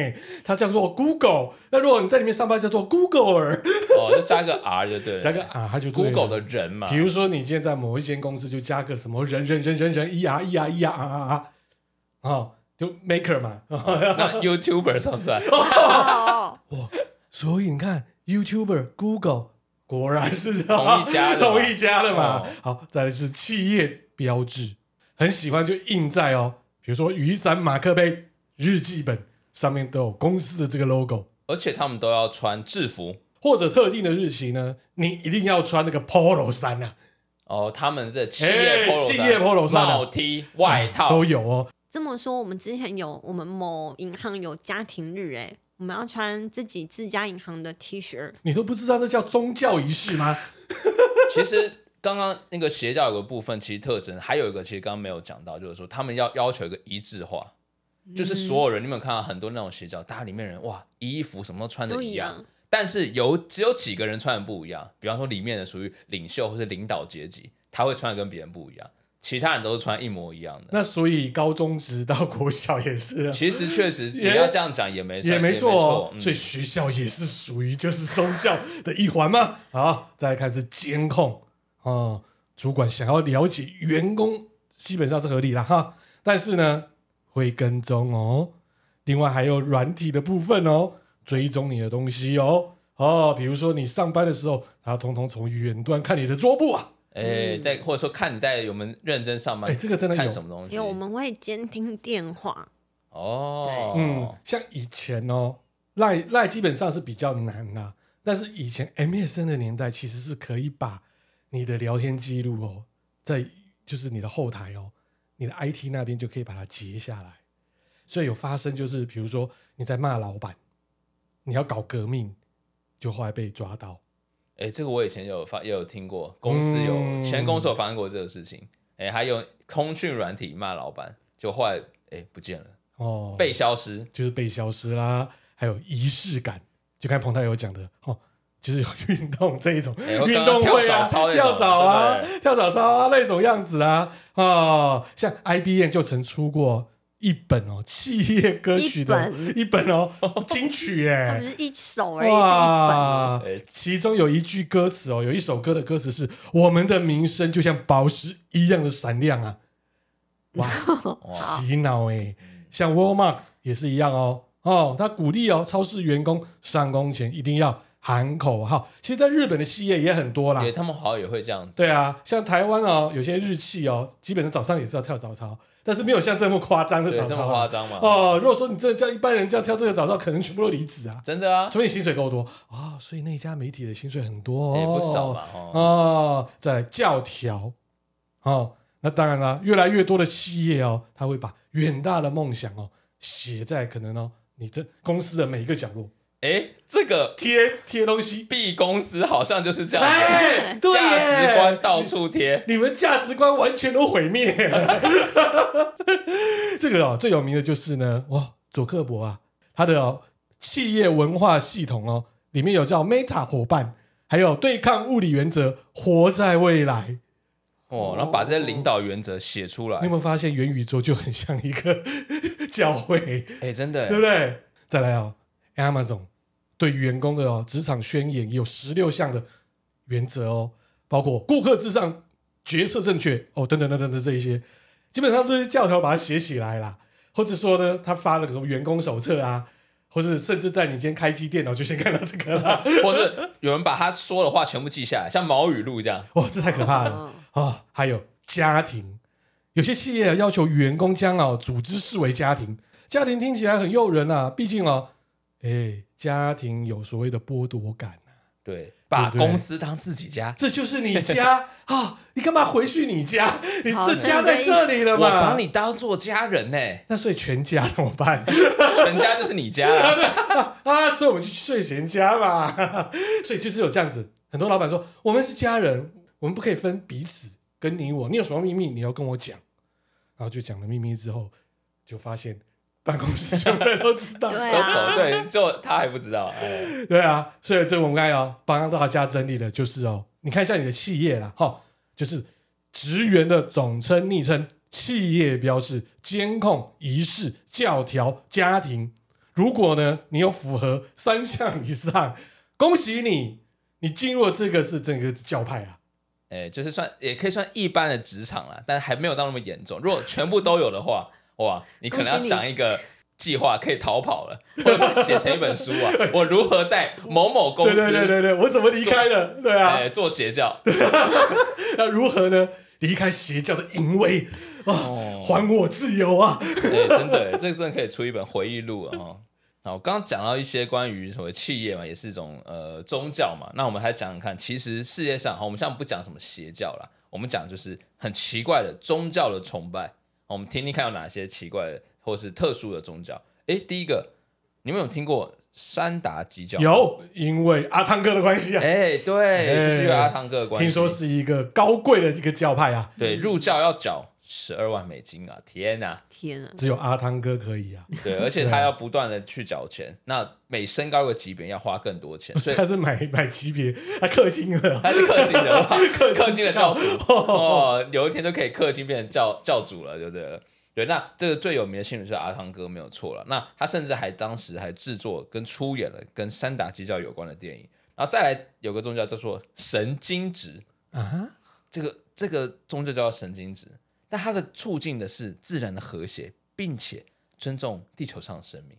Speaker 2: 它叫做 Google，那如果你在里面上班，叫做 Google，
Speaker 3: 哦，就加个 R 就对了，
Speaker 2: 加个 R 就对了
Speaker 3: Google 的人嘛
Speaker 2: 比。如说，你今天在某一间公司就加个什么人人人人人 E R E R E R R R R，哦，就 Maker 嘛，
Speaker 3: 那 YouTuber 算 不算？
Speaker 1: 哦，
Speaker 2: 所以你看，YouTuber、Google 果然是
Speaker 3: 同一家的嘛
Speaker 2: 同一家的嘛。
Speaker 3: 哦
Speaker 2: 好，再来是企业标志，很喜欢就印在哦，比如说雨伞、马克杯、日记本上面都有公司的这个 logo，
Speaker 3: 而且他们都要穿制服
Speaker 2: 或者特定的日期呢，你一定要穿那个 polo 衫啊，
Speaker 3: 哦，他们的企
Speaker 2: 哎
Speaker 3: 业 polo
Speaker 2: 企业 polo 衫啊
Speaker 3: 帽 T、外套、
Speaker 2: 都有哦。
Speaker 1: 这么说，我们之前有我们某银行有家庭日、哎，我们要穿自己自家银行的 T 恤，
Speaker 2: 你都不知道那叫宗教仪式吗？
Speaker 3: 其实刚刚那个邪教有个部分，其实特征还有一个，其实刚刚没有讲到，就是说他们要要求一个一致化，就是所有人，你有没有看到很多那种邪教，大家里面人哇，衣服什么都穿的
Speaker 1: 都
Speaker 3: 一
Speaker 1: 一
Speaker 3: 样，
Speaker 1: 样。
Speaker 3: 但是有只有几个人穿的不一样，比方说里面的属于领袖或是领导阶级，他会穿的跟别人不一样。其他人都是穿一模一样的。
Speaker 2: 那所以高中直到国小也是啊，
Speaker 3: 其实确实你
Speaker 2: 也
Speaker 3: 要这样讲也没错
Speaker 2: 也没
Speaker 3: 错
Speaker 2: 错
Speaker 3: 哦
Speaker 2: 哦，。
Speaker 3: 嗯
Speaker 2: 所以学校也是属于就是宗教的一环嘛。好，再来看是监控啊、哦主管想要了解员工，基本上是合理啦哈。但是呢，会跟踪哦。另外还有软体的部分哦，追踪你的东西哦。哦，比如说你上班的时候，他通通从远端看你的桌布啊。
Speaker 3: 哎，
Speaker 1: 嗯
Speaker 3: 在或者说看你在我们认真上班，
Speaker 2: 哎这个真的有
Speaker 3: 看什么东西？
Speaker 1: 因为哎我们会监听电话，
Speaker 3: 哦，
Speaker 2: 嗯，像以前哦，赖赖基本上是比较难啦、但是以前 MSN 的年代其实是可以把你的聊天记录哦，在就是你的后台哦，你的 IT 那边就可以把它截下来。所以有发生就是，比如说你在骂老板，你要搞革命，就后来被抓到。
Speaker 3: 哎，这个我以前有发也有听过，公司有、
Speaker 2: 嗯
Speaker 3: 前公司有发生过这个事情。哎，还有通讯软体骂老板，就后来哎不见了，
Speaker 2: 哦，
Speaker 3: 被消失。
Speaker 2: 就是被消失啦，还有仪式感，就看彭太有讲的哦，就是有运动这一种、
Speaker 3: 哎我刚刚
Speaker 2: 运动会啊，
Speaker 3: 跳早操那种
Speaker 2: 跳蚤啊
Speaker 3: 对不，
Speaker 2: 跳早操啊那种样子啊，哦，像 IBM 就曾出过一本哦企业歌曲的一本哦金曲
Speaker 1: 他
Speaker 2: 耶
Speaker 1: 们。是一首而已，是一本哦。
Speaker 2: 哎哇
Speaker 3: 哎！
Speaker 2: 其中有一句歌词哦，有一首歌的歌词是“我们的名声就像宝石一样的闪亮啊”，哇，
Speaker 3: 哇，
Speaker 2: 洗脑哎、像 Walmart 也是一样哦。哦，他鼓励哦，超市员工上工前一定要喊口号。其实，在日本的企业也很多啦
Speaker 3: 也。哎他们好像也会这样子。
Speaker 2: 对啊，像台湾哦，有些日企哦，基本上早上也是要跳早操，但是没有像这么夸张的
Speaker 3: 对
Speaker 2: 早
Speaker 3: 这
Speaker 2: 操啊、
Speaker 3: 么夸张吗？
Speaker 2: 哦，如果说你真的叫一般人叫跳这个早操，可能全部都离职啊，
Speaker 3: 真的啊，
Speaker 2: 除非你薪水够多啊、所以那家媒体的薪水很多哦，
Speaker 3: 也哎不少嘛。哦，
Speaker 2: 哦，再来教条，哦，那当然啦，越来越多的企业哦，他会把远大的梦想哦写在可能哦你这公司的每一个角落，
Speaker 3: 哎，这个
Speaker 2: 贴贴东西，
Speaker 3: B 公司好像就是这样子，
Speaker 2: 哎，对耶
Speaker 3: 价值观到处贴。
Speaker 2: 你们价值观完全都毁灭。 这个哦，最有名的就是呢，哇，佐克伯啊，他的、哦、企业文化系统哦，里面有叫 Meta 伙伴，还有对抗物理原则，活在未来。
Speaker 3: 哦，然后把这些领导原则写出来
Speaker 2: 你有，没有发现元宇宙就很像一个 教会，
Speaker 3: 哎，真的
Speaker 2: 对不对？再来哦，Amazon 对员工的哦职场宣言有十六项的原则哦，包括顾客至上、决策正确哦，等等等等的这一些，基本上这些教条把它写起来啦，或者说呢，他发了个什么员工手册啊，或是甚至在你今天开机电脑就先看到这个啦，
Speaker 3: 或者有人把他说的话全部记下来，像毛语录这样。
Speaker 2: 哇，这太可怕
Speaker 1: 嗯
Speaker 2: 了哦！还有家庭，有些企业要求员工将哦组织视为家庭，家庭听起来很诱人啊，毕竟哦，哎，家庭有所谓的剥夺感啊、
Speaker 3: 对，把
Speaker 2: 对
Speaker 3: 公司当自己家，
Speaker 2: 这就是你家 啊、你干嘛回去你家？你
Speaker 1: 好
Speaker 2: 这家在这里了
Speaker 3: 我
Speaker 2: 嘛？
Speaker 3: 把你当做家人呢、
Speaker 2: 那所以全家怎么办？
Speaker 3: 全家就是你 家啦。
Speaker 2: 啊，所以我们就去睡闲家嘛。 所以就是有这样子，很多老板说我们是家人，我们不可以分彼此，跟你我，你有什么秘密你要跟我讲。然后就讲了秘密之后，就发现办公室全部人都知道。
Speaker 1: 对
Speaker 3: 都
Speaker 1: 啊
Speaker 3: 走，对，就他还不知道。哎，
Speaker 2: 对啊，所以这个我们刚才哦帮大家整理的就是哦，你看一下你的企业啦，哈、就是职员的总称、昵称、企业标示、监控、仪式、教条、家庭。如果呢你有符合三项以上，恭喜你，你进入了这个是整个教派啊。
Speaker 3: 哎，就是算也可以算一般的职场啦，但还没有到那么严重。如果全部都有的话，哇，你可能要
Speaker 1: 恭喜你
Speaker 3: 想一个。计划可以逃跑了，或者把它写成一本书啊！我如何在某某公
Speaker 2: 对 对
Speaker 3: 司
Speaker 2: 对对对，我怎么离开的？对啊，
Speaker 3: 哎做邪教？
Speaker 2: 那如何呢？离开邪教的淫威啊
Speaker 3: 哦，
Speaker 2: 还我自由啊！
Speaker 3: 哎、真的，这个真的可以出一本回忆录了哈。好，我刚刚讲到一些关于所谓企业嘛，也是一种呃宗教嘛。那我们还讲讲看，其实世界上哈，我们现在不讲什么邪教啦，我们讲就是很奇怪的宗教的崇拜。哦好我们听听看有哪些奇怪的或是特殊的宗教。哎，第一个，你们有听过山达基教？。
Speaker 2: 有，因为阿汤哥的关系啊。
Speaker 3: 哦哎，对，
Speaker 2: 哎
Speaker 3: 就是因为阿汤哥的关系。
Speaker 2: 听说是一个高贵的一个教派啊，
Speaker 3: 对入教要缴十二万美金啊！天哪，
Speaker 1: 天啊，
Speaker 2: 只有阿汤哥可以啊，
Speaker 3: 对，而且他要不断的去缴钱，那每升高一个级别要花更多钱，
Speaker 2: 不是
Speaker 3: 所 以
Speaker 2: 他是买 买级别，他氪金了 啊，
Speaker 3: 他是氪金的，哇
Speaker 2: 氪
Speaker 3: 氪金的教主
Speaker 2: 金
Speaker 3: 哦，有一天都可以氪金变成教教主了，对不对？对，那这个最有名的新闻是阿汤哥没有错了。那他甚至还当时还制作跟出演了跟三打基教有关的电影，然后再来有个宗教叫做神经质，
Speaker 2: 啊，
Speaker 3: 这个这个宗教叫神经质，但它的促进的是自然的和谐，并且尊重地球上的生命，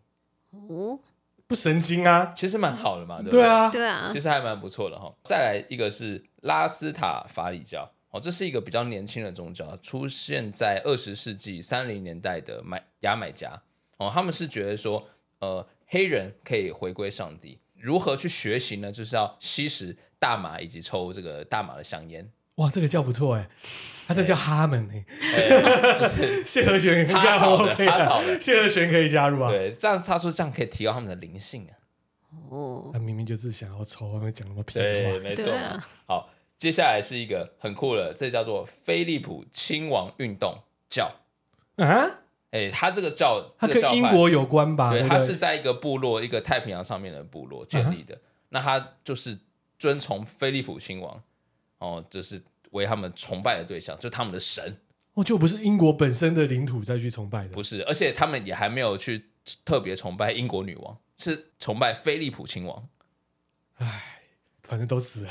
Speaker 1: 哦，
Speaker 2: 不神经啊，
Speaker 3: 其实蛮好的嘛，对不
Speaker 2: 对啊，
Speaker 1: 对啊
Speaker 3: 其，实还蛮不错的哈。再来一个是拉斯塔法里教，哦，这是一个比较年轻的宗教，出现在二十世纪三零年代的买牙买加。哦，他们是觉得说，呃，黑人可以回归上帝。如何去学习呢？就是要吸食大麻以及抽这个大麻的香烟。
Speaker 2: 哇，这个叫不错哎，他这叫哈们哎，
Speaker 3: 哎就是
Speaker 2: 谢和弦应该
Speaker 3: 哈草的
Speaker 2: OK
Speaker 3: 哈
Speaker 2: 啊
Speaker 3: 草，的
Speaker 2: 谢和弦可以加入啊，
Speaker 3: 对，这样他说这样可以提高他们的灵性啊。
Speaker 1: 哦，
Speaker 2: 他明明就是想要抽，他们讲那么屁
Speaker 3: 对，
Speaker 2: 话，
Speaker 3: 没错
Speaker 1: 对啊
Speaker 3: 嘛。好，接下来是一个很酷的，这叫做菲利普亲王运动教。
Speaker 2: 啊，
Speaker 3: 哎、他这个教，
Speaker 2: 他
Speaker 3: 这个
Speaker 2: 跟
Speaker 3: 教
Speaker 2: 英
Speaker 3: 派
Speaker 2: 国有关吧？
Speaker 3: 对，
Speaker 2: 对不
Speaker 3: 他
Speaker 2: 对，
Speaker 3: 是在一个部落，一个太平洋上面的部落建
Speaker 2: 嗯
Speaker 3: 立的。那他就是遵从菲利普亲王，哦，就是为他们崇拜的对象，就他们的神，
Speaker 2: 哦，就不是英国本身的领土再去崇拜的
Speaker 3: 不是。而且他们也还没有去特别崇拜英国女王，是崇拜菲利普亲王。
Speaker 2: 反正都死了。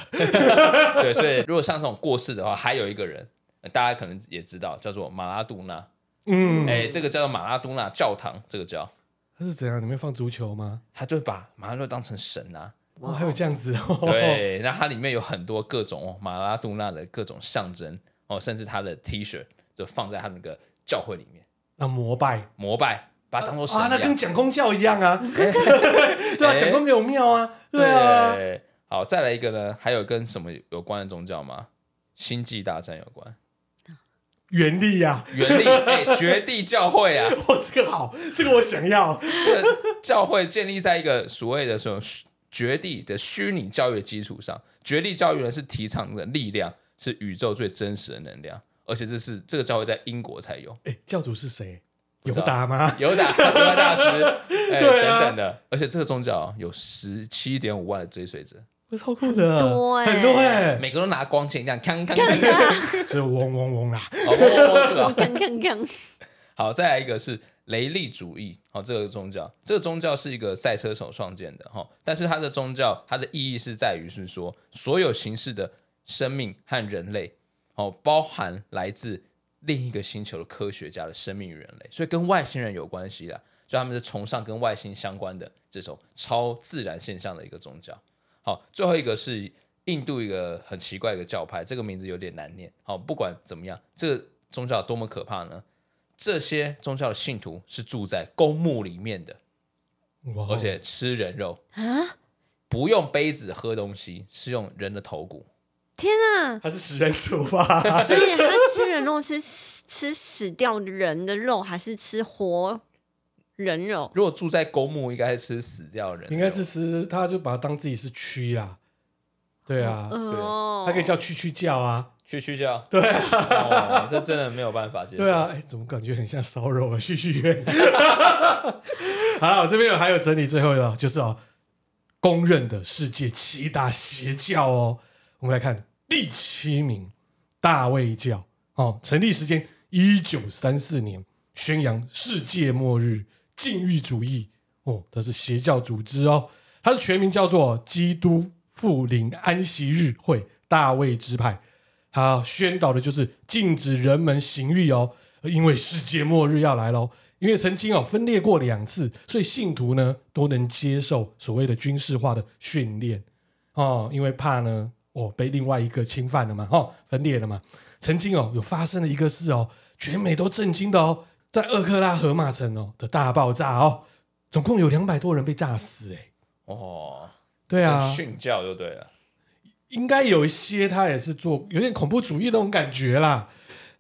Speaker 3: 对，所以如果像这种过世的话，还有一个人，呃大家可能也知道，叫做马拉杜纳。
Speaker 2: 嗯，
Speaker 3: 哎、这个叫做马拉杜纳教堂，这个叫
Speaker 2: 他是怎样？里面放足球吗？
Speaker 3: 他就把马拉杜纳当成神啊。
Speaker 2: 哦，还有这样子哦。，
Speaker 3: 对，那它里面有很多各种哦马拉杜纳的各种象征哦，甚至他的 T 恤就放在他那个教会里面
Speaker 2: 那膜拜
Speaker 3: 膜拜，把它当做神
Speaker 2: 啊，那
Speaker 3: 一
Speaker 2: 跟
Speaker 3: 样。
Speaker 2: 蒋公教一 样啊。对啊，
Speaker 3: 哎
Speaker 2: 蒋公有庙啊。对啊，
Speaker 3: 对好，再来一个呢，还有跟什么有关的宗教吗？星际大战有关，
Speaker 2: 原力呀，
Speaker 3: 原力哎、绝地教会啊，
Speaker 2: 哇，这个好，这个我想要。
Speaker 3: 这个教会建立在一个所谓的什么虚绝地的虚拟教育的基础上，绝地教育呢是提倡的力量是宇宙最真实的能量，而且这是这个教会在英国才有。
Speaker 2: 哎，教主是谁？
Speaker 3: 不
Speaker 2: 有
Speaker 3: 知道
Speaker 2: 打吗？
Speaker 3: 有打有打大师，哎、
Speaker 2: 对啊
Speaker 3: 等等的，而且这个宗教有十七点五万的追随者，
Speaker 2: 超酷的，
Speaker 1: 很多哎
Speaker 2: 很多哎，
Speaker 3: 每个都拿光剑这样锵锵锵，
Speaker 2: 是嗡嗡嗡啦。
Speaker 3: 好，嗡嗡嗡是
Speaker 1: 我
Speaker 3: 吧？
Speaker 1: 看看看，
Speaker 3: 好，再来一个是雷利主义，好、这个宗教，这个宗教是一个赛车手创建的哈、但是它的宗教它的意义是在于是说，所有形式的生命和人类，哦，包含来自另一个星球的科学家的生命与人类，所以跟外星人有关系啦，所以他们是崇尚跟外星相关的这种超自然现象的一个宗教。好，最后一个是印度一个很奇怪的一个教派，这个名字有点难念。好，不管怎么样，这个宗教多么可怕呢？这些宗教的信徒是住在公墓里面的，
Speaker 2: 哇
Speaker 3: 而且吃人肉啊，不用杯子喝东西，是用人的头骨。
Speaker 1: 天啊！
Speaker 2: 他是食人族吧？
Speaker 1: 所以他吃人肉是死吃死掉人的肉，还是吃活人肉？
Speaker 3: 如果住在公墓，应该是吃死掉的人肉，
Speaker 2: 应该是吃，他就把他当自己是蛆啦。对啊，
Speaker 1: 哦，
Speaker 2: 他可以叫蛆蛆教啊。
Speaker 3: 去去掉。对、哦，这真的没有办法接受。
Speaker 2: 对啊，哎，怎么感觉很像骚扰啊？续续约。 好了，我这边有还有整理最后的，就是哦，公认的世界七大邪教哦。我们来看第七名，大卫教哦，成立时间一九三四年，宣扬世界末日、禁欲主义哦，它是邪教组织哦，它是全名叫做基督复临安息日会大卫支派，他宣导的就是禁止人们行欲哦，因为世界末日要来喽。因为曾经哦分裂过两次，所以信徒呢都能接受所谓的军事化的训练哦，因为怕呢哦被另外一个侵犯了嘛，哦分裂了嘛。曾经哦有发生了一个事哦，全美都震惊的哦，在厄克拉荷马城哦的大爆炸哦，总共有两百多人被炸死哎。
Speaker 3: 哦，
Speaker 2: 对啊，
Speaker 3: 训教就对了。
Speaker 2: 应该有一些他也是做有点恐怖主义那种感觉啦。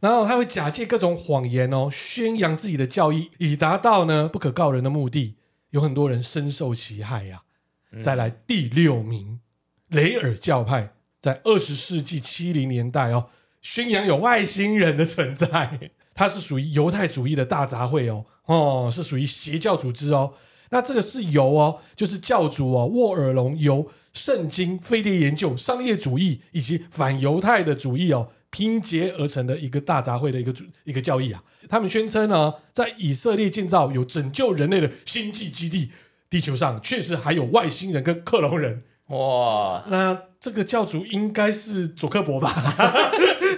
Speaker 2: 然后他会假借各种谎言哦，宣扬自己的教义，以达到呢不可告人的目的。有很多人深受其害呀、再来第六名，雷尔教派在二十世纪七零年代哦，宣扬有外星人的存在，它是属于犹太主义的大杂烩哦，哦，是属于邪教组织哦。那这个是由哦，就是教主哦沃尔隆由圣经、飞碟研究、商业主义以及反犹太的主义哦拼结而成的一个大杂烩的一个主一个教义啊。他们宣称呢，在以色列建造有拯救人类的星际基地，地球上确实还有外星人跟克隆人。
Speaker 3: 哇，
Speaker 2: 那这个教主应该是佐克伯吧？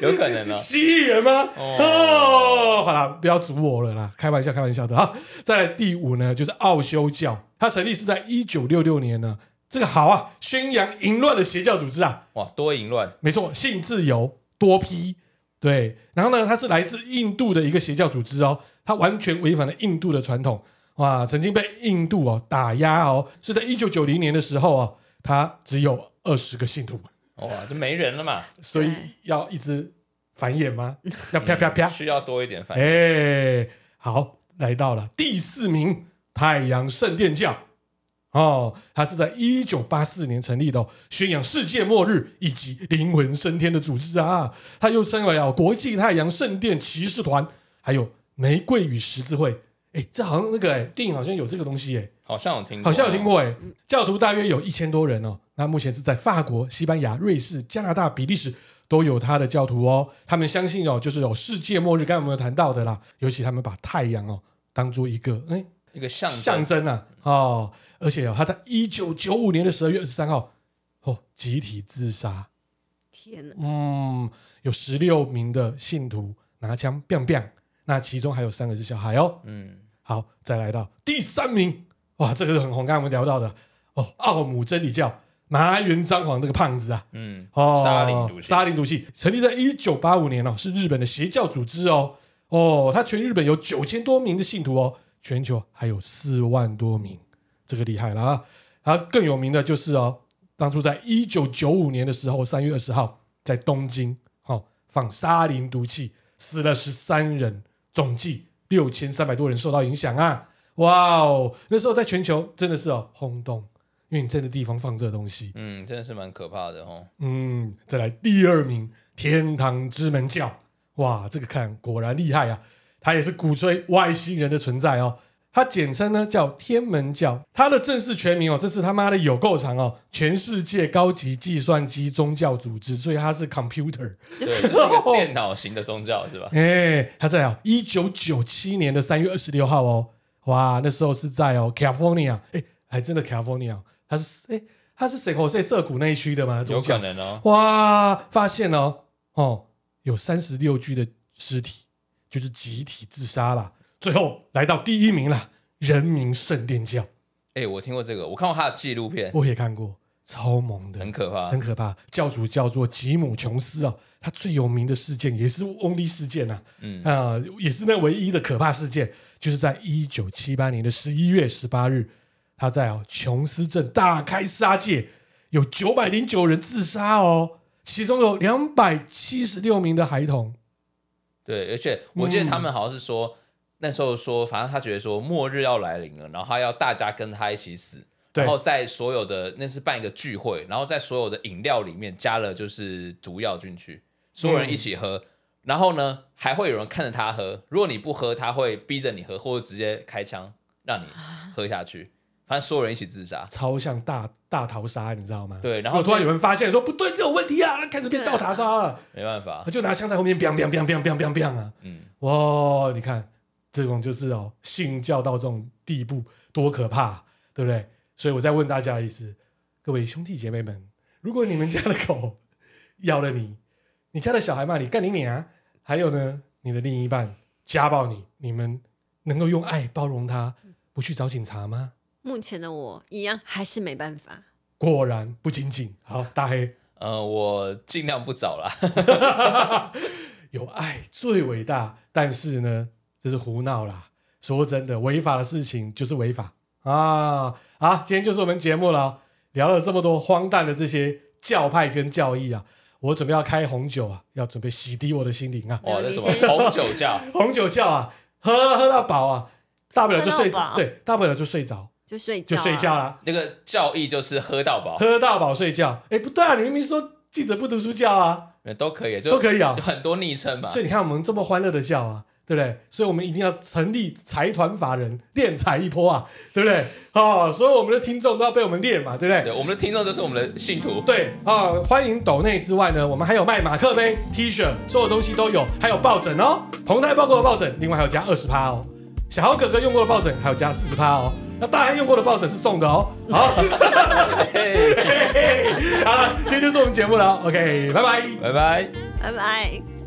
Speaker 3: 有可能呢、啊
Speaker 2: 蜥蜴人吗？
Speaker 3: 哦
Speaker 2: 哦，好啦，不要阻我了啦，开玩笑，开玩笑的啊。再来第五呢，就是奥修教，它成立是在一九六六年呢。这个好啊，宣扬淫乱的邪教组织啊，
Speaker 3: 哇，多淫乱，
Speaker 2: 没错，性自由多批。对，然后呢，它是来自印度的一个邪教组织哦，它完全违反了印度的传统，哇，曾经被印度哦打压哦，所以在一九九零年的时候哦，它只有二十个信徒，
Speaker 3: 哇，就没人了嘛，
Speaker 2: 所以
Speaker 1: 对
Speaker 2: 要一直繁衍吗？要啪啪啪，
Speaker 3: 嗯需要多一点反应。
Speaker 2: 哎，好，来到了第四名，太阳圣殿教。哦，它是在一九八四年成立的哦、宣扬世界末日以及灵魂升天的组织啊。它又称为哦国际太阳圣殿骑士团，还有玫瑰与十字会。哎，这好像那个哎电影好像有这个东西哎，
Speaker 3: 好像有听过，
Speaker 2: 好像有听。过哎。教徒大约有一千多人哦，那目前是在法国、西班牙、瑞士、加拿大、比利时都有他的教徒哦。他们相信哦，就是有世界末日，刚才我们有谈到的啦。尤其他们把太阳哦当做一个哎
Speaker 3: 一个象
Speaker 2: 象
Speaker 3: 征，
Speaker 2: 征啊哦，而且哦他在一九九五年的十二月二十三号哦集体自杀，
Speaker 1: 天啊哪，
Speaker 2: 嗯，有十六名的信徒拿枪 biang biang，那其中还有三个是小孩哦。
Speaker 3: 嗯，
Speaker 2: 好，再来到第三名，哇，这个是很红，刚刚我们聊到的哦，奥姆真理教麻原彰晃那个胖子啊，
Speaker 3: 嗯，
Speaker 2: 哦，
Speaker 3: 沙林毒气
Speaker 2: 沙林毒气成立在一九八五年哦，是日本的邪教组织哦，哦，它全日本有九千多名的信徒哦，全球还有四万多名，这个厉害了啊！它更有名的就是哦，当初在一九九五年的时候，三月二十号在东京哦放沙林毒气，死了十三人，总计六千三百多人受到影响啊！哇哦，那时候在全球真的是哦轰动，因为你这个地方放这个东西，
Speaker 3: 嗯，真的是蛮可怕的哦。
Speaker 2: 嗯，再来第二名，天堂之门教，哇，这个看果然厉害啊！它也是鼓吹外星人的存在哦。它简称呢叫天门教，它的正式全名哦，这是他妈的有够长哦，全世界高级计算机宗教组织，所以它是 computer。
Speaker 3: 对，这是一
Speaker 2: 哦
Speaker 3: 个电脑型的宗教是吧？
Speaker 2: 哎，他在哦，一九九七年的三月二十六号哦，哇，那时候是在哦 California，哎，还真的 California，他是哎他是 San Jose 涩谷那一区的吗？
Speaker 3: 有
Speaker 2: 宗教
Speaker 3: 可能哦。
Speaker 2: 哇，发现哦，哦，有三十六具的尸体，就是集体自杀啦。最后来到第一名了，人民圣殿教，
Speaker 3: 哎，我听过这个，我看过他的纪录片，
Speaker 2: 我也看过，超萌的，
Speaker 3: 很可怕
Speaker 2: 啊很。可怕。教主叫做吉姆·琼斯哦，他最有名的事件也是翁利事件呐、啊，
Speaker 3: 嗯
Speaker 2: 呃，也是那唯一的可怕事件，就是在一九七八年的十一月十八日，他在哦琼斯镇大开杀戒，有九百零九人自杀哦，其中有两百七十六名的孩童。
Speaker 3: 对，而且我记得他们好像是说，那时候说，反正他觉得说末日要来临了，然后他要大家跟他一起死，
Speaker 2: 对
Speaker 3: 然后在所有的那是办一个聚会，然后在所有的饮料里面加了就是毒药进去，所有人一起
Speaker 2: 嗯
Speaker 3: 喝。然后呢，还会有人看着他喝。如果你不喝，他会逼着你喝，或者直接开枪让你
Speaker 2: 啊
Speaker 3: 喝下去。反正所有人一起自杀。
Speaker 2: 超像大大逃杀，你知道吗？
Speaker 3: 对然后
Speaker 2: 如果突然有人发现说不对，这有问题啊，开始变
Speaker 1: 对啊
Speaker 2: 倒塔杀了，
Speaker 3: 没办法
Speaker 2: 他，就拿枪在后面 biang biang biang biang biang biang biang 啊，
Speaker 3: 嗯，
Speaker 2: 哇，你看这种就是哦，信教到这种地步多可怕，对不对？所以我再问大家一次，各位兄弟姐妹们，如果你们家的狗咬了你，你家的小孩骂你干你娘，还有呢，你的另一半家暴你，你们能够用爱包容他，不去找警察吗？
Speaker 1: 目前的我一样还是没办法。
Speaker 2: 果然不仅仅好，大黑
Speaker 3: 呃，我尽量不找啦。
Speaker 2: 有爱最伟大，但是呢，这是胡闹啦。说真的，违法的事情就是违法啊！好，今天就是我们节目了哦，聊了这么多荒诞的这些教派跟教义啊，我准备要开红酒啊，要准备洗涤我的心灵啊，
Speaker 3: 哇，
Speaker 1: 没有
Speaker 3: 这
Speaker 1: 你
Speaker 3: 什么
Speaker 1: 先
Speaker 3: 红酒窖？
Speaker 2: 红酒教啊，喝喝到饱啊，大不了就睡
Speaker 1: 喝到饱
Speaker 2: 对，大不了就睡着，
Speaker 1: 就睡觉、
Speaker 2: 就
Speaker 1: 啊，
Speaker 2: 睡觉啦，
Speaker 3: 那个教义就是喝到饱，
Speaker 2: 喝到饱睡觉。哎，不对啊，你明明说记者不读书教啊，
Speaker 3: 都可以，就
Speaker 2: 都可以啊
Speaker 3: 有。很多昵称嘛。
Speaker 2: 所以你看我们这么欢乐的笑啊，对不对？所以我们一定要成立财团法人，练财一波啊，对不对？哦，所有我们的听众都要被我们练嘛，对不对？
Speaker 3: 对，我们的听众就是我们的信 徒。
Speaker 2: 对啊、欢迎抖内之外呢，我们还有卖马克杯、T 恤，所有东西都有，还有抱枕哦，彭泰抱过的抱枕，另外还有加二十趴哦。小豪哥哥用过的抱枕还有加四十趴哦，那大安用过的抱枕是送的哦。好，
Speaker 3: 嘿
Speaker 2: 嘿嘿好了，今天就是我们节目了哦，OK，拜拜。
Speaker 3: 拜拜。
Speaker 1: 拜拜。